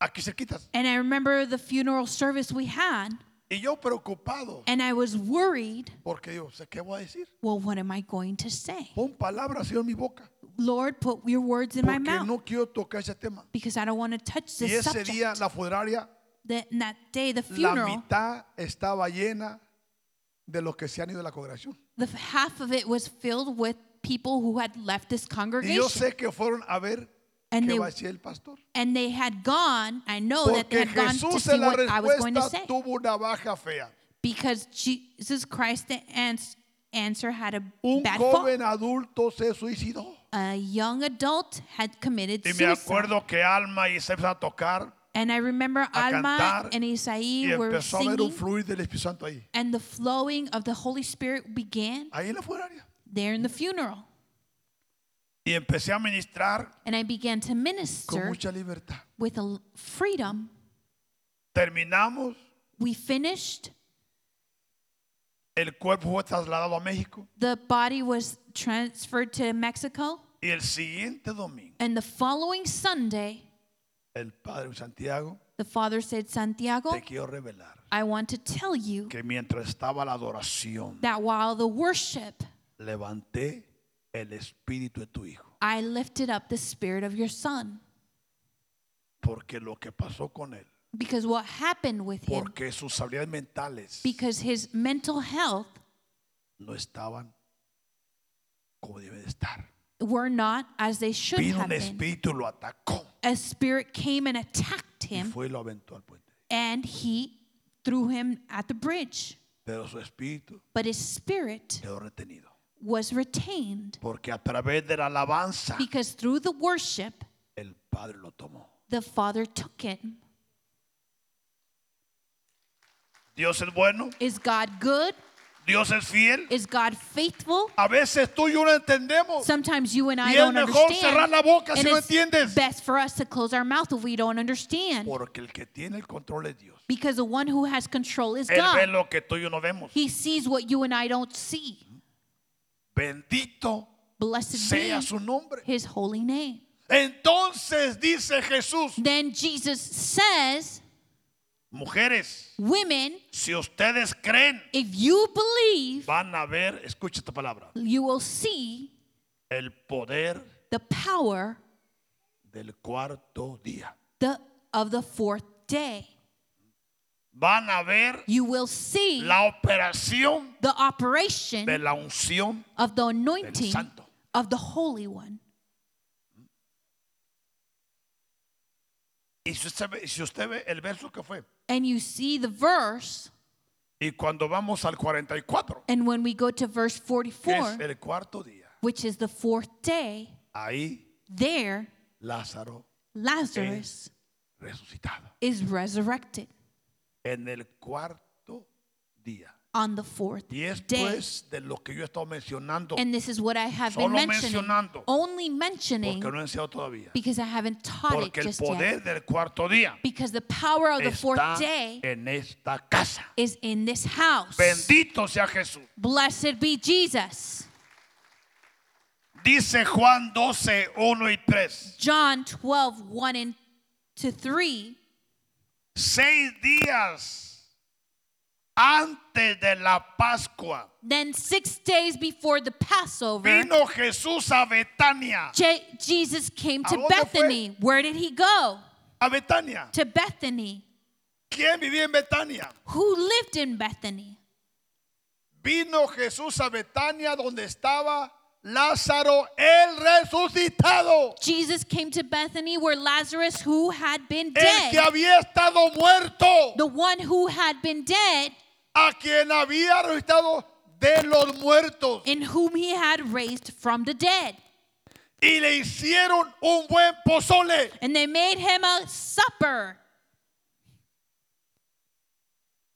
aquí cerquitas. And I remember the funeral service we had, Y yo preocupado, and I was worried. porque digo, "¿Sé ¿qué voy a decir? Well, what am I going to say? Pon palabras, Señor, en mi boca. Lord, put your words in my Porque mouth no quiero tocar ese tema. because I don't want to touch Y this ese subject. día, la funeraria, That- and that day, the la funeral, mitad estaba llena de los que se han ido de la congregación. the f- half of it was filled with people who had left this Y yo congregation, sé que fueron a ver And qué they- va a decir el pastor. and they had gone. I know that they Porque had gone to Jesús see en la what I was going to respuesta say. tuvo una baja fea. because Jesus Christ, the ans- answer, had a Un bad joven fault. adulto se suicidó. A young adult had committed Y me suicide. acuerdo que Alma y se a tocar And I remember Alma cantar and y Isaí were empezó a ver un singing, fluir del Espíritu Santo ahí. and the flowing of the Holy Spirit began Ahí en la funeraria. there in the funeral. Y empecé a ministrar and I began to con minister mucha libertad. with a l- freedom. Terminamos, We finished. el cuerpo fue trasladado a México The body was transferred to Mexico. y el siguiente domingo And the following Sunday, el padre Santiago the father said, Santiago, te quiero revelar I want to tell you que mientras estaba la adoración that while the worship, levanté el espíritu de tu hijo, I lifted up the spirit of your son. porque lo que pasó con él, Because what happened with him, porque sus habilidades mentales because his mental health no estaban como deben de estar. were not as they should Vino have un been, espíritu y lo atacó a spirit came and attacked y him, fue y lo aventó al puente. and he threw him at the bridge. Pero su espíritu But his spirit quedó retenido. was retained Porque a través de la alabanza because through the worship, el Padre lo tomó. the father took it. Dios es bueno, Is God good? Dios es fiel. Is God faithful? A veces tú y yo no entendemos. Sometimes you and Y I es don't mejor understand. cerrar la boca si and no it's entiendes. best for us to close our mouth if we don't understand. Porque el que tiene el control es Dios. Because the one who has control is Él ve God. lo que tú y yo no vemos. He sees what you and I don't see. Bendito Blessed be sea su nombre. his holy name. Entonces dice Jesús, Then Jesus says, mujeres, Women, si ustedes creen, if you believe, van a ver, escucha esta palabra, you will see el poder the power del cuarto día. the, of the fourth day. Van a ver You will see la operación the operation de la unción of the anointing Santo. of the Holy One. Y si usted, ve, si usted ve el verso que fue, And you see the verse, y cuando vamos al 44, and when we go to verse que es 44, el cuarto día, which is the fourth day, ahí there Lázaro Lazarus Eh. resucitado. is resurrected En el cuarto día. on the fourth Y esto day. es pues de lo que yo he estado mencionando, And this is what I have been Solo mentioning, mencionando. only mentioning porque no he enseñado todavía. because I haven't taught it Porque el just yet. poder del cuarto día Because the power of the está fourth day en esta casa. is in this house. Bendito sea Jesús. Blessed be Jesus. Dice Juan 12, 1 y 3. John 12, 1 and to 3. Seis días antes de la Pascua Then six days before the Passover, vino Jesús a Betania. Je- Jesus came ¿A to dónde fue? Bethany. Where did he go? A Betania. To Bethany. ¿Quién vivía en Betania? Who lived in Bethany? Vino Jesús a Betania donde estaba Lázaro el resucitado. Jesus came to Bethany where Lazarus, who had been El que dead, había estado muerto. the one who had been dead, a quien había resucitado de los muertos and whom he had raised from the dead. y le hicieron un buen pozole. And they made him a supper.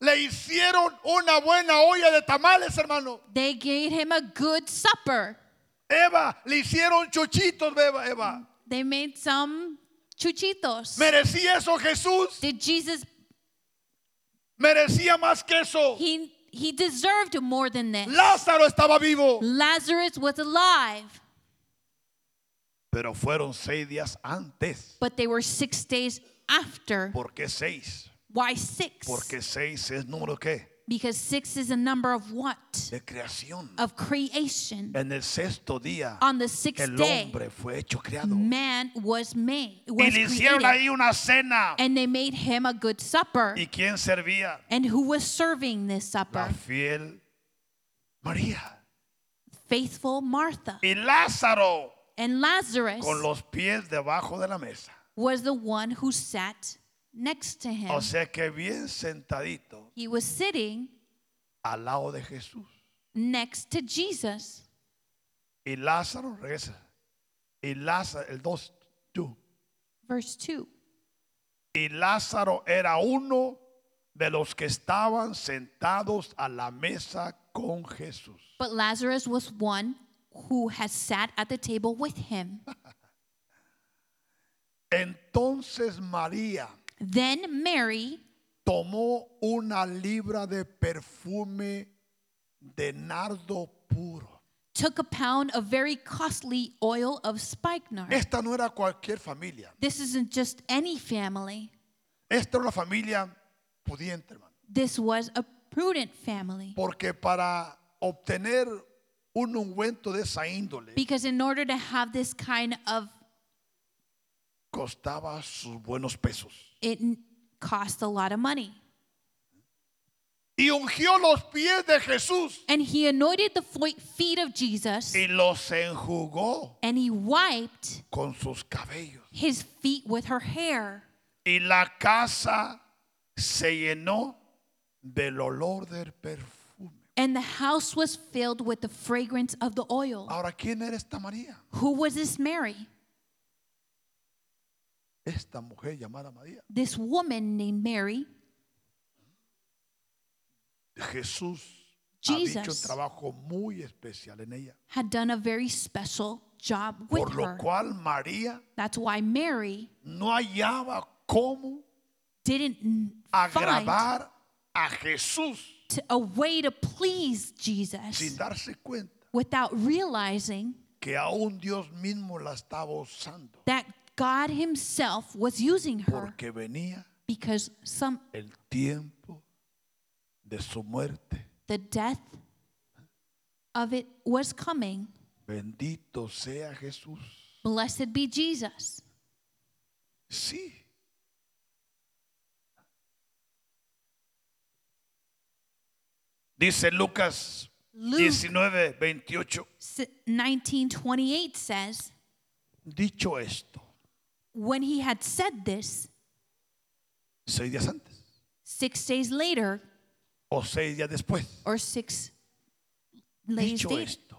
Le hicieron una buena olla de tamales, hermano. They gave him a good supper. Eva, le hicieron chuchitos, Eva. Eva. They made some chuchitos. ¿Merecía eso Jesús? Did Jesus ¿Merecía más que eso? he he deserved more than this. Lázaro estaba vivo. Lazarus was alive, Pero fueron seis días antes. but they were 6 days after. ¿Por qué seis? Why 6? Porque seis es número qué? Because 6 is a number of what? De creación. Of creation. En el sexto día, On the sixth el day, hombre fue hecho creado. man was made, Y was le hicieron created, ahí una cena. and they made him a good supper. ¿Y quién servía? And who was serving this La supper? fiel María. Faithful Martha. Y Lázaro And Lazarus con los pies debajo de la mesa. was the one who sat next to him. O sea que bien sentadito He was sitting al lado de Jesús. next to Jesus. Y Lázaro regresa. Y Lázaro, el dos, tú. Verse 2. Y Lázaro era uno de los que estaban sentados a la mesa con Jesús. But Lazarus was one who had sat at the table with him. Entonces María Then Mary tomó una libra de perfume de nardo puro. took a pound of very costly oil of spikenard. Esta no era cualquier familia. This isn't just any family, Esta era una familia pudiente, hermano. this was a prudent family. Porque para obtener un ungüento de esa índole Because in order to have this kind of, costaba sus buenos pesos. it n- cost a lot of money. Y ungió los pies de Jesús And he anointed the fo- feet of Jesus y los enjugó and he wiped con sus cabellos. his feet with her hair. Y la casa se llenó del olor del perfume. And the house was filled with the fragrance of the oil. Ahora, ¿quién era esta María? Who was this Mary? Esta mujer llamada María. This woman named Mary. Jesús ha dicho un Jesus. trabajo muy especial en ella. had done a very special job with Por lo her. cual María That's why Mary no hallaba cómo didn't n- find agradar a Jesús to, a way to please sin Jesus darse cuenta without realizing que aún Dios mismo la estaba usando that God Himself was using her porque venía because some el tiempo de su muerte. the death of it was coming. Bendito sea Jesús. Blessed be Jesus. Sí. Dice Lucas Luke 19, 28. 19:28 says, Dicho esto, when he had said this, seis días antes 6 days later o seis días después. or 6 days Dicho later, esto,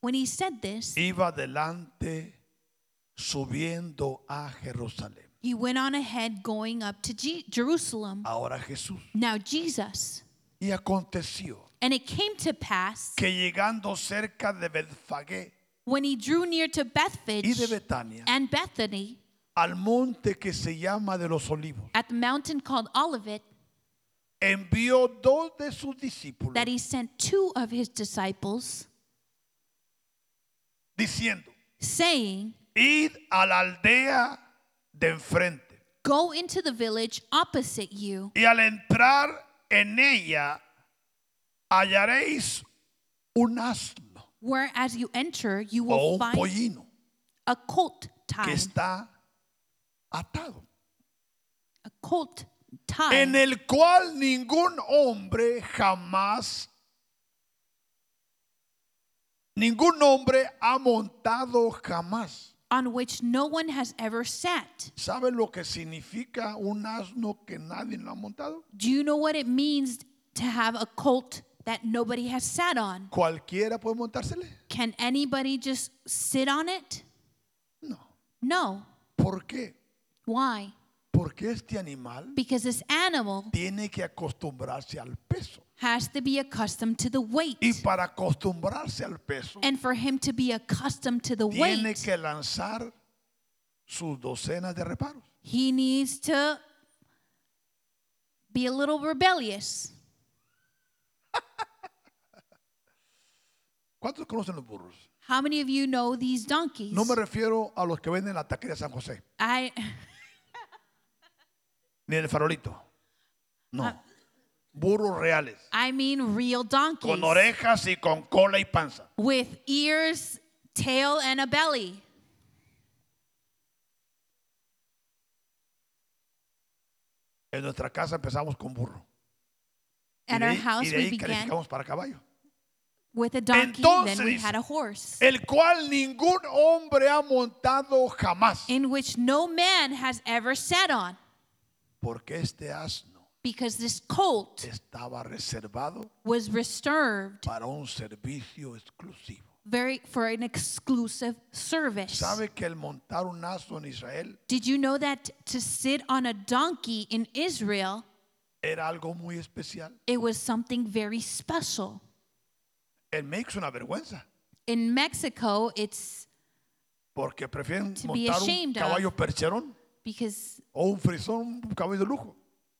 when he said this, iba adelante subiendo a Jerusalén. He went on ahead going up to Je- Jerusalem. Ahora Jesús. Now, Jesus. Y aconteció And it came to pass que llegando cerca de Betfagé when he drew near to y de Bethphage Betania, and Bethany al monte que se llama de los olivos, at the mountain called Olivet envió dos de sus discípulos that he sent two of his disciples, diciendo, saying, id a la aldea de enfrente Go into the village opposite you, y al entrar en ella hallaréis un asno where as you enter you o will un find pollino a colt que tied, está atado. a colt en tied, el cual ningún hombre jamás, ningún hombre ha montado jamás. on which no one has ever sat. ¿Sabe lo que significa un asno que nadie lo ha montado? Do you know what it means to have a colt that nobody has sat on? ¿Cualquiera puede montársele? Can anybody just sit on it? No. No. ¿Por qué? Why? Porque este animal Because this animal tiene que acostumbrarse al peso. has to be accustomed to the Y weight. para acostumbrarse al peso, And for him to be accustomed to the tiene weight, que lanzar sus docenas de reparos. he needs to be a little rebellious. ¿Cuántos conocen los burros? How many of you know these donkeys? No me refiero a los que venden en la taquería San José, I ni en el farolito. No. Burros reales. I mean real donkeys Con orejas y con cola y panza. with ears, tail and a belly. En nuestra casa empezamos con burro. Y At de our ahí, y house de we ahí began calificamos para caballo. with a donkey, then we Entonces- eh, had a horse, El cual ningún hombre ha montado jamás. in which no man has ever sat on, Porque este asno because this colt estaba reservado was reserved para un servicio exclusivo. very for an exclusive service. ¿Sabe que el montar un asno en Israel Did you know that to sit on a donkey in Israel, era algo muy especial? it was something very special? En México es una vergüenza. In Mexico, it's Porque prefieren To be montar un ashamed of. caballo percherón because o un frisón, un caballo de lujo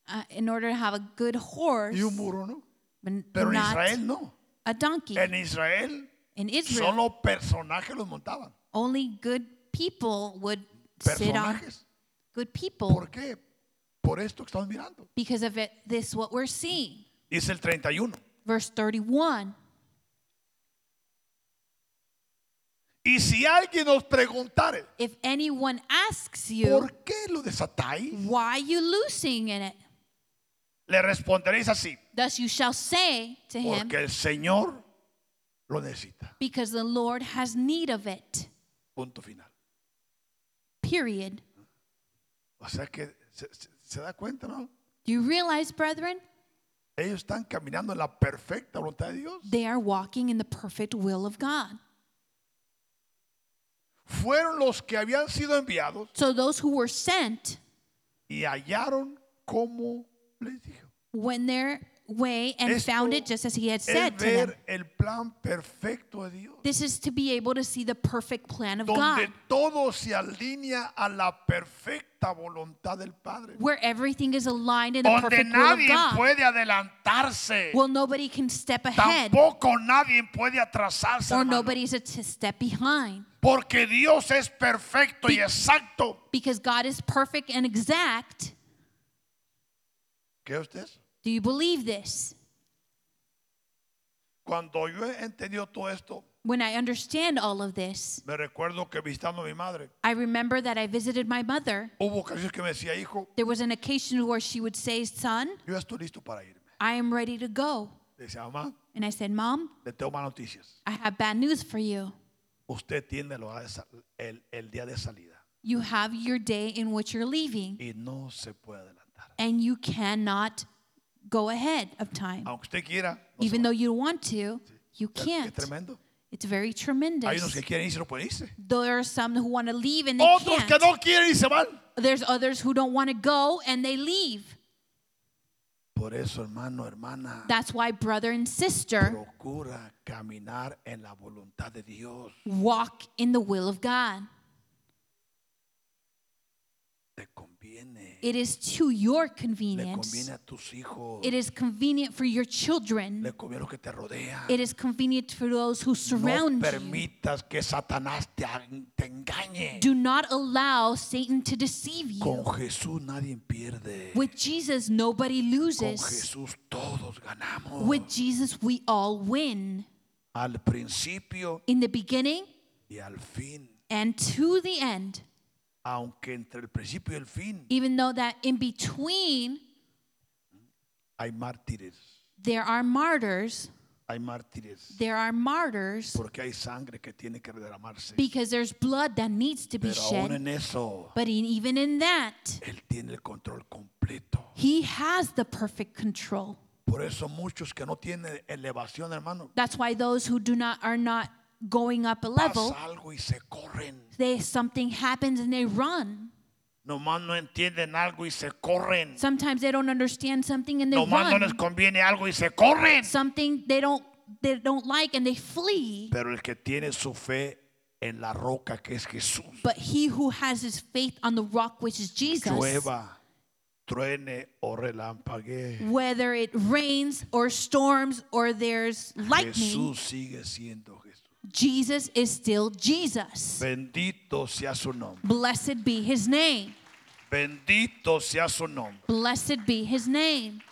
uh, in order to have a good horse, y un muro, ¿no? but n- Pero en not Israel no. a donkey. En Israel in Israel, solo personajes los montaban. only good people would sit on Personajes. good people ¿Por qué? Por esto que estamos mirando. because of it, this what we're seeing. Dice el 31. Verse 31. Y si alguien nos preguntare, If anyone asks you ¿por qué lo desatáis? why you loosing in it, Le responderéis así, thus you shall say to him, porque el Señor lo necesita. because the Lord has need of it. Punto final. Period. O sea que se, se- se da cuenta, ¿no? Do you realize, brethren, Ellos están caminando en la perfecta voluntad de Dios. they are walking in the perfect will of God. Fueron los que habían sido enviados So those who were sent y hallaron como les dijo. went their way and Esto found it just as he had Es said to them. ver el plan perfecto de Dios. This is to be able to see the perfect plan of donde God, todo se alinea a la perfecta voluntad del Padre. where everything is aligned in the Donde perfect will of nadie God. puede adelantarse, Well, nobody can step ahead tampoco nadie puede atrasarse, or hermano. nobody's a t- step behind porque Dios es perfecto y Be- exacto. because God is perfect and exact. ¿Qué usted? Do you believe this? Cuando yo he entendido todo esto, When I understand all of this, me recuerdo que visitando a mi madre, I remember that I visited my mother. hubo ocasiones que me decía, hijo, There was an occasion where she would say, Son, yo ya estoy listo para irme. I am ready to go. Le decía, mamá, And I said, Mom, le tengo malas noticias. I have bad news for you. Usted tiene el hora de sa- el- el día de salida You have your day in which you're leaving, y no se puede adelantar. and you cannot go ahead of time. aunque usted quiera. no se Even va. though you want to, Ah, you Qué- Qué can't. tremendo. It's very Hay unos tremendous. que quieren irse y no pueden irse. There are some who want to leave and they Otros que can't. no quieren y se van. There's others who don't want to go and they leave. Por eso, hermano, hermana, That's why, brother and sister, procura caminar en la voluntad de Dios. walk in the will of God. Te conviene. It is to your Le convenience. conviene a tus hijos. It is convenient for your children. Le conviene a los que te rodean. It is convenient for those who No surround you. permitas que Satanás te, te engañe. Do not allow Satan to deceive Con you. Jesús nadie pierde. With Jesus, nobody Con loses. Jesús todos ganamos. With Jesus, we all win. Al principio In the beginning y al fin. and to the end. aunque entre el principio y el fin Even though that in between hay mártires, there are martyrs, hay mártires, there are martyrs porque hay sangre que tiene que derramarse. because there's blood that needs to be Pero aún shed. en eso, But in, even in that, Él tiene el control completo. he has the perfect control. Por eso muchos que no tienen elevación, hermano, That's why those who do not are not going up a level, pasa algo y se corren. they something happens and they run. Nomás no entienden algo y se corren. Sometimes they don't understand something and they Nomás no run. les conviene algo y se corren. Something they don't they don't like and they flee. Pero el que tiene su fe en la roca que es Jesús, But he who has his faith on the rock which is Jesus, llueva, truene o relampaguee. whether it rains or storms or there's lightning, Jesús sigue siendo Jesús. Jesus is still Jesus. Bendito sea su nombre. Blessed be his name. Bendito sea su nombre. Blessed be his name.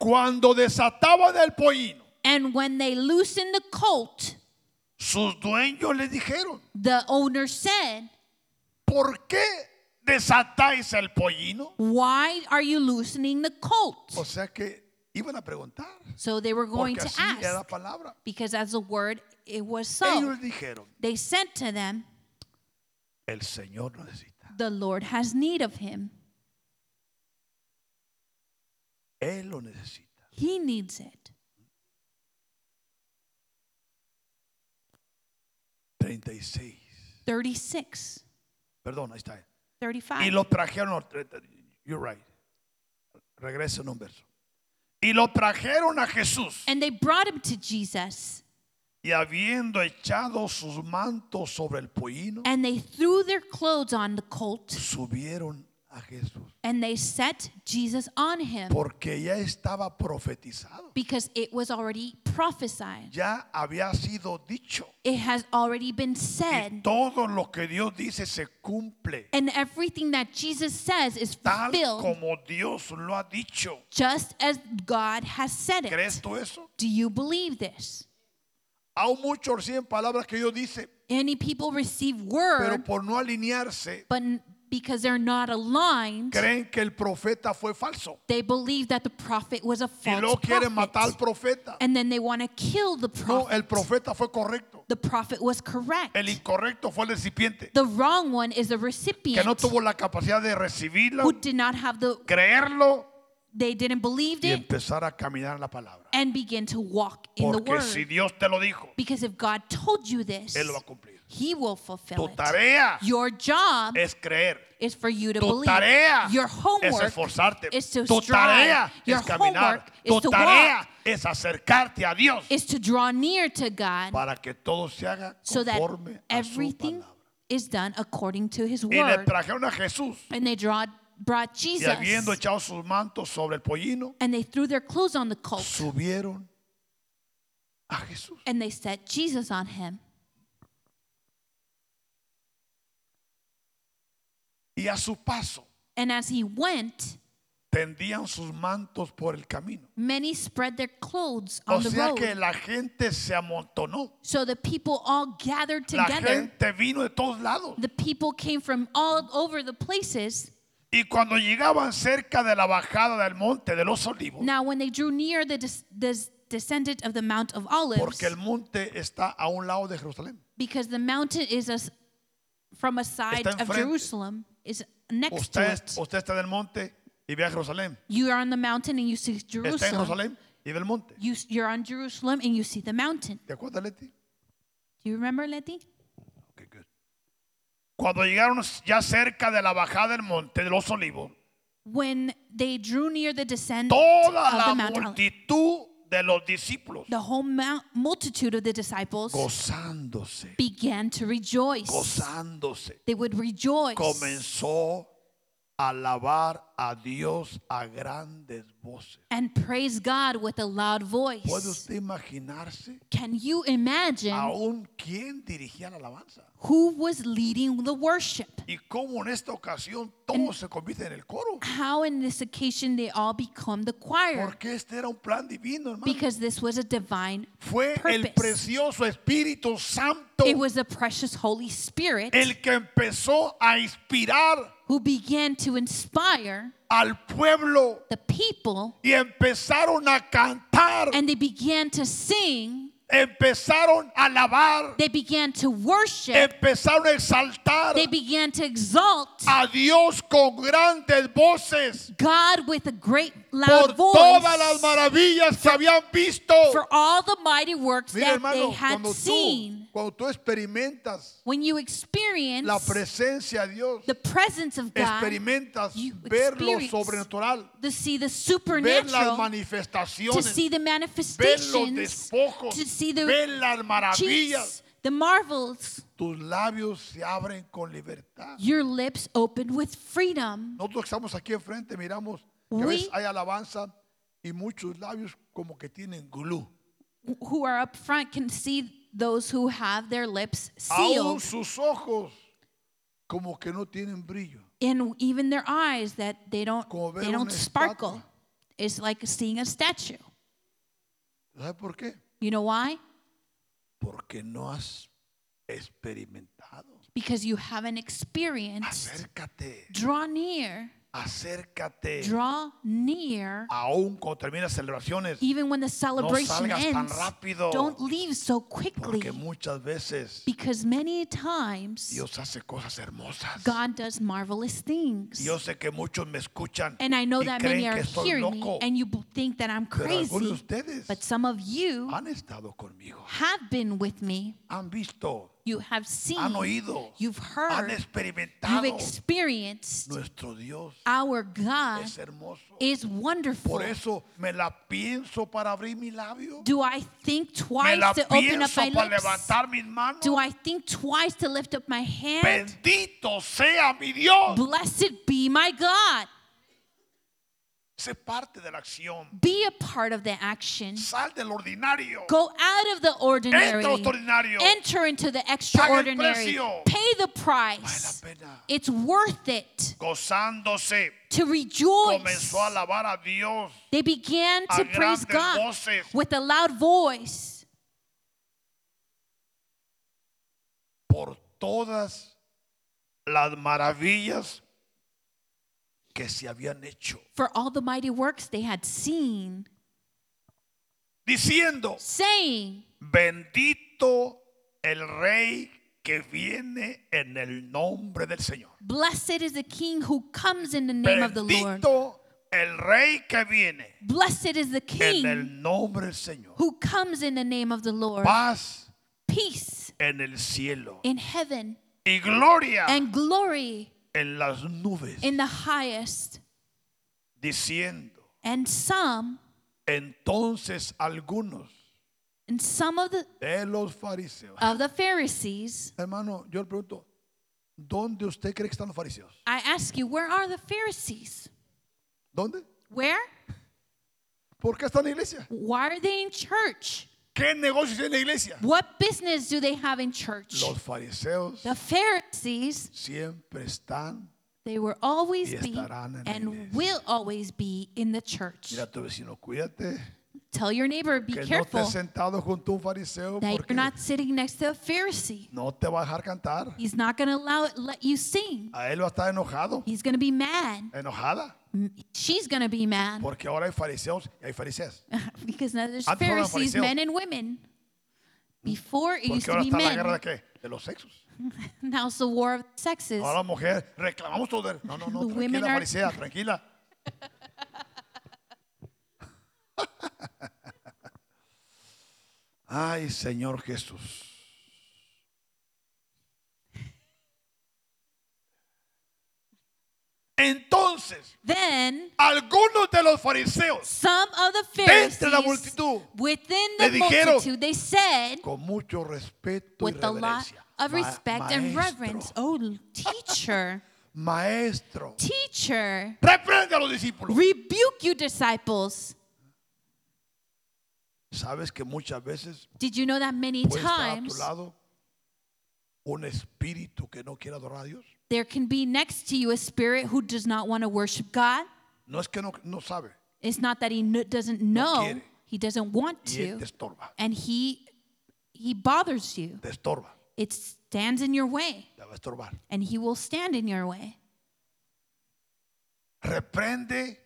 Cuando desataban el pollino, And when they loosened the colt, sus dueños le dijeron, the owner said, ¿por qué desatáis el pollino? Why are you loosening the O colt? sea que iban a preguntar, So they were going porque to así era la ask, palabra. because as a word, it was so. Ellos dijeron, They sent to them, el Señor lo necesita. The Lord has need of him. Él lo necesita. He needs it. 36. 36, Perdón, ahí está. Y 35. lo trajeron, you're right. Regresen un verso. Y lo trajeron a Jesús. And they brought him to Jesus, Y habiendo echado sus mantos sobre el pollino, And they threw their clothes on the colt subieron a Jesús. and they set Jesus on him Porque ya estaba profetizado. because it was already prophesied. Ya había sido dicho. It has already been Y said. todo lo que Dios dice se cumple. And everything that Jesus says is Tal fulfilled como Dios lo ha dicho. just as God has said ¿Crees it. tú eso? Do you believe this? Aún mucho reciben palabras que Dios dice, Any people receive pero word, por no alinearse, but n- because they're not aligned, creen que el profeta fue falso. they believe that the prophet was a Y false luego quieren matar al prophet. profeta. And then they want to kill the No, el prophet. profeta fue correcto. The prophet was El correct. incorrecto fue el recipiente, The wrong one is the que no recipient tuvo la capacidad de recibirlo, who did not have the, creerlo they didn't believe y it empezar a caminar en la palabra. and begin to walk in the Porque si word. Dios te lo dijo, Because if God told you this, Él lo va a cumplir. He will Tu fulfill it. tarea Your job es creer. is for you to Tu believe. tarea Your es homework esforzarte. is to Tu strive. tarea Your es caminar. homework is Tu to tarea walk. es acercarte a Dios is to draw near to God para que todo se haga so that conforme a su everything palabra. is done according to His Y le word. trajeron a Jesús And they draw, brought y habiendo Jesus echado sus mantos sobre el pollino, and they threw their clothes on the colt subieron a Jesús. and they set Jesus on him. Y a su paso And as he went, tendían sus mantos por el camino. many spread their clothes O on the sea que road. la gente se amontonó. So the people all gathered La together. gente vino de todos lados. The people came from all over the places. Y cuando llegaban cerca de la bajada del monte de los olivos, Now, when they drew near the, des- des- descendant of the Mount of Olives, porque el monte está a un lado de Jerusalén. because the mountain is as from a side Está of enfrente. Jerusalem, is next to Usted, it. usted está en el monte y ve a Jerusalén. You are on the mountain and you see Está en Jerusalem. Jerusalén y ve el monte. You, s- you're on Jerusalem and you see the mountain. ¿Te acuerdas, Leti? Do you remember, Letty? Okay, good. Cuando llegaron ya cerca de la bajada del monte de los olivos, When they drew near the descent of toda the la Mount of Olives, multitud de los discípulos the whole mount, multitude of the disciples gozándose, began to rejoice. gozándose, They would rejoice. comenzó a alabar a Dios a grandes voces. and praise God with a loud ¿Puede voice. usted imaginarse Can you imagine aún quién dirigía la alabanza? who was leading the worship? Y cómo en esta ocasión todo se convierte en el coro. How, in this occasion, they all become the choir? Porque este era un plan divino, hermano. Because this was a divine Fue el purpose. precioso Espíritu Santo It was the precious Holy Spirit el que empezó a inspirar who began to inspire al pueblo the people y empezaron a cantar, and they began to sing, empezaron a alabar, they began to worship, empezaron a exaltar they began to exalt a Dios con grandes voces God with a great loud por todas las voice maravillas que habían visto. for all the mighty works Mira, that they hermano, had cuando tú, seen. cuando tú experimentas When you la experience presencia de Dios, the presence of God, experimentas you ver lo experience sobrenatural, to see the ver las supernatural, to manifestaciones, see the ver los manifestations, despojos, to see the ver las cheats, maravillas. the marvels. Tus labios se abren con libertad. Your lips open with freedom. Nosotros que estamos aquí enfrente miramos que a veces We- hay alabanza y muchos labios como que tienen glue. Who are up front can see those who have their lips Aún sealed, sus ojos como que no tienen brillo. and even their eyes that they don't Como ver they una don't estatua. sparkle. It's like seeing a statue. ¿Sabes por qué? You know why? Porque no has experimentado. Because you haven't experienced. Acércate, Draw near. acércate. Draw near. Aún cuando terminas celebraciones, Even when the celebration salgas tan ends, rápido. don't leave so quickly. porque muchas veces Because many times Dios hace cosas hermosas. God does marvelous Y things. Yo sé que muchos me escuchan And I know y that creen many are que estoy hearing me loco, and you b- think that I'm pero algunos Ah. de crazy. ustedes But some of you han estado conmigo, have been with me. han visto You have seen, han oído, you've han heard, experimentado. you've experienced. Nuestro Dios Our God es hermoso. is wonderful. Por eso me la pienso para abrir mi labio. Do I think Me la twice to open up pienso my para lips? levantar mis manos. Do I think twice to lift up my hand? Bendito sea mi Dios. Blessed be my God. Sé parte de la acción. Be a part of the action. Sal del ordinario. Go out of the ordinary. Entra a lo extraordinario. Enter into the Paga el extraordinary. precio. Pay Vale the la price. pena. It's worth it Gozándose. to rejoice. Comenzó a alabar a Dios. They began a to grandes praise God voces. with a loud voice por todas las maravillas que se habían hecho, for all the mighty works they had seen, diciendo, saying, bendito el rey que viene en el nombre del Señor. Blessed is the King who comes in the name of the Lord. Bendito el rey que viene Blessed is the en King el nombre del Señor. who comes in the name of the Lord. Paz Peace en el cielo in heaven y gloria and glory en las nubes, in the highest. diciendo, And some, entonces algunos and some of the de los fariseos of the Pharisees, Hermano, yo le pregunto, ¿dónde usted cree que están los fariseos? I ask you, where are the Pharisees? ¿Dónde? Where? ¿Por qué están en la iglesia? Why are they in church? ¿Qué negocios tiene la iglesia? What business do they have in church? Los fariseos The Pharisees, siempre están. they will always Y be estarán en la iglesia. and will always be in the church. Mira a tu vecino, cuídate. Tell your neighbor, be Que no estés careful sentado junto a un fariseo that porque you're not sitting next to a Pharisee. no te va a dejar cantar. He's not going to allow it, let you sing. A él va a estar enojado, He's going to be mad. enojada, M- She's going to be mad porque ahora hay fariseos y hay fariseas. because now there's Antes no eran Pharisees, fariseos. men and women. Before it Porque used to ahora be está la guerra men. de qué? De los sexos. Now it's the war of the sexes. Ahora la mujer, reclamamos todo. No, no, no, The women tranquila, are- farisea, tranquila. Ay, Señor Jesús. Entonces, Then algunos de los fariseos, some of the de Pharisees entre la multitud, within le the dijeron, multitude, they said con mucho respeto y with a lot reverencia, of "Ma- respect and maestro, reverence, oh teacher, maestro, teacher, reprende a los discípulos. rebuke you disciples. Sabes que muchas veces Did you know that many puede estar a tu times lado un espíritu que no quiere adorar a Dios. there can be next to you a spirit who does not want to worship God? No es que no, no sabe It's not that he kn- doesn't know, quiere. he doesn't want y él to, te estorba, and he he bothers you. te estorba, It stands in your way, te va a estorbar. and he will stand in your way. Reprende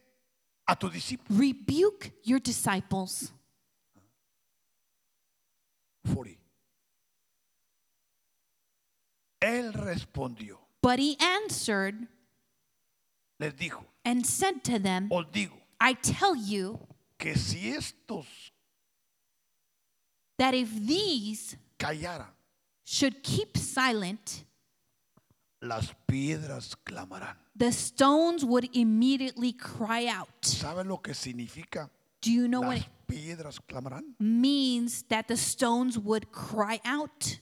a tu discípulo. Rebuke your disciples. 40. Él respondió, But he answered les dijo, and said to them, os digo I tell you que si estos that if these callaran, should keep silent, las piedras clamarán. the stones would immediately cry out. ¿Saben lo que significa? Do you know what Las it piedras clamarán. means that the stones would cry out?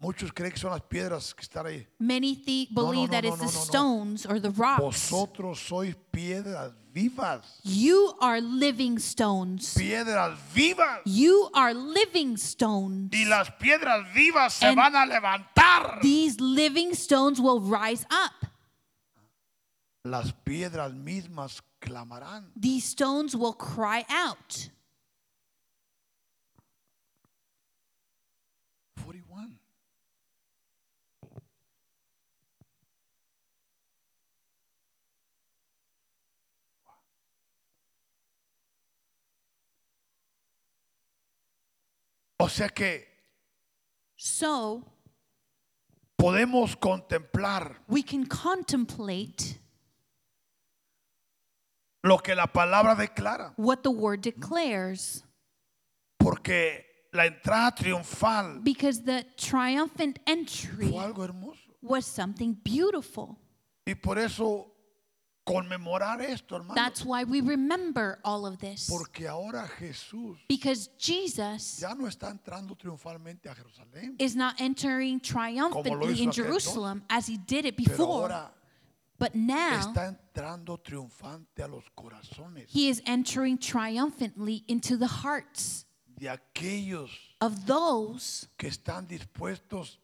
Muchos creen que son las piedras que están ahí. Many thi- no, believe no, that no, it's no, the no, no. stones or the rocks. Vosotros sois piedras vivas. You are living stones. Piedras vivas. You are living stones. Y las piedras vivas se And- van a levantar. These living stones will rise up. Las piedras mismas clamarán. These stones will cry out. 41. O sea que So podemos contemplar we can contemplate lo que la palabra declara. what the word declares Porque la entrada triunfal because the triumphant entry fue algo hermoso. was something beautiful. Y por eso conmemorar esto, hermano. That's why we remember all of this. Porque ahora Jesús Because Jesus ya no está entrando triunfalmente a Jerusalén, is not entering triumphantly hizo in aquel Jerusalem as he did it pero before, ahora but now está entrando triunfante a los corazones he is entering triumphantly into the hearts de aquellos of those que están dispuestos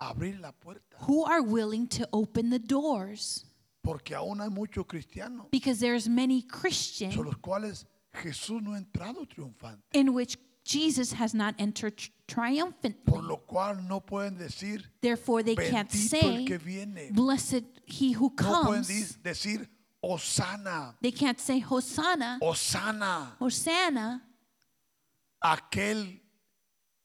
a abrir la puerta. who are willing to open the doors. Porque aún hay muchos cristianos Because there's many Christians sobre los cuales Jesús no ha entrado triunfante, in which Jesus has not entered tri- por triumphantly. lo cual no pueden decir Therefore, they can't bendito el say, que viene. Blessed he who No pueden comes. di- decir Osana, They can't say, Hosanna, Osana, Hosanna, aquel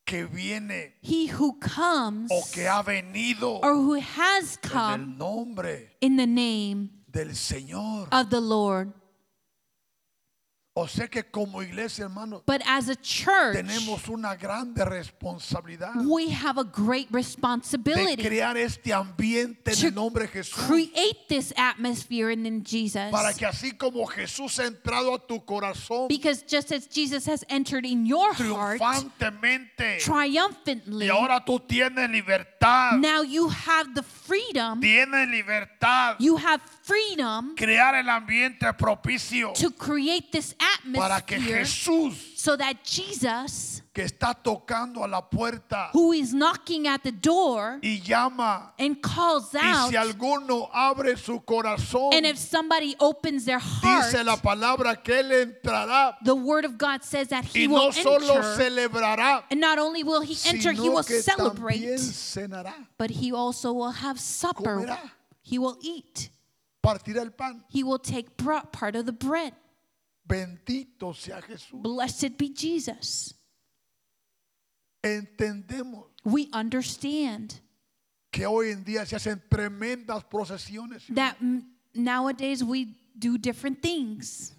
que viene he who comes o que ha venido or who has en come el nombre in the name del Señor. of the Lord. O sea que como iglesia, hermano, But as a church, tenemos una grande responsabilidad we have a great de responsibility crear este ambiente en to el nombre de Jesús. create this atmosphere in, in Jesus. Para que así como Jesús ha entrado a tu corazón Because just as Jesus has entered in your heart triunfantemente y triumphantly, ahora tú tienes libertad, now you have the freedom, tienes libertad, you have freedom crear el ambiente propicio to create this para que atmosphere Jesús so that Jesus, que está tocando a la puerta who is knocking at the door y llama and calls y si out, alguno abre su corazón and if somebody opens their heart, dice la palabra que él entrará the word of God says that he y will no solo enter, celebrará and not only will he enter, he sino will que también celebrate, cenará but he also will have supper. Comerá. He will eat. partirá el pan He will take bro- part of the bread. bendito sea Jesús Blessed be Jesus. entendemos We understand que hoy en día se hacen tremendas procesiones, that m- nowadays we do different things,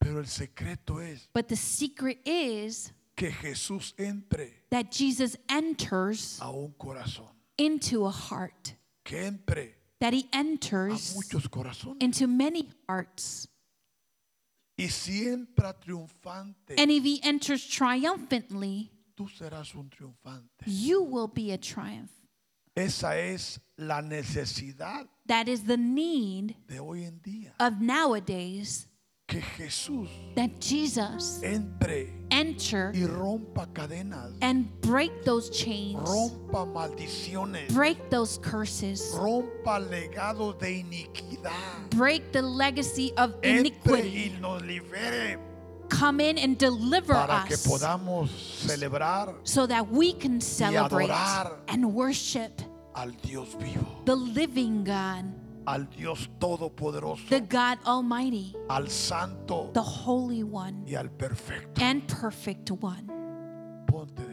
pero el secreto es but the secret is que Jesús entre that Jesus enters a un corazón, into a heart, que entre that he a enters muchos corazones. into many hearts. Y si entra triunfante, And if he enters triumphantly, tú serás un triunfante. you will be a triumph. Esa es la necesidad That is the need de hoy en día, of nowadays que Jesús that Jesus entre enter y rompa cadenas, and break those chains, rompa maldiciones, break those curses, rompa legados de iniquidad. break the legacy of Entre y iniquity. nos libere Come in and deliver para que us podamos celebrar so that we can celebrate adorar. and worship al Dios vivo, the living God, al Dios todopoderoso, the God Almighty, al santo the Holy One y al perfecto. and Perfect One. Ponte de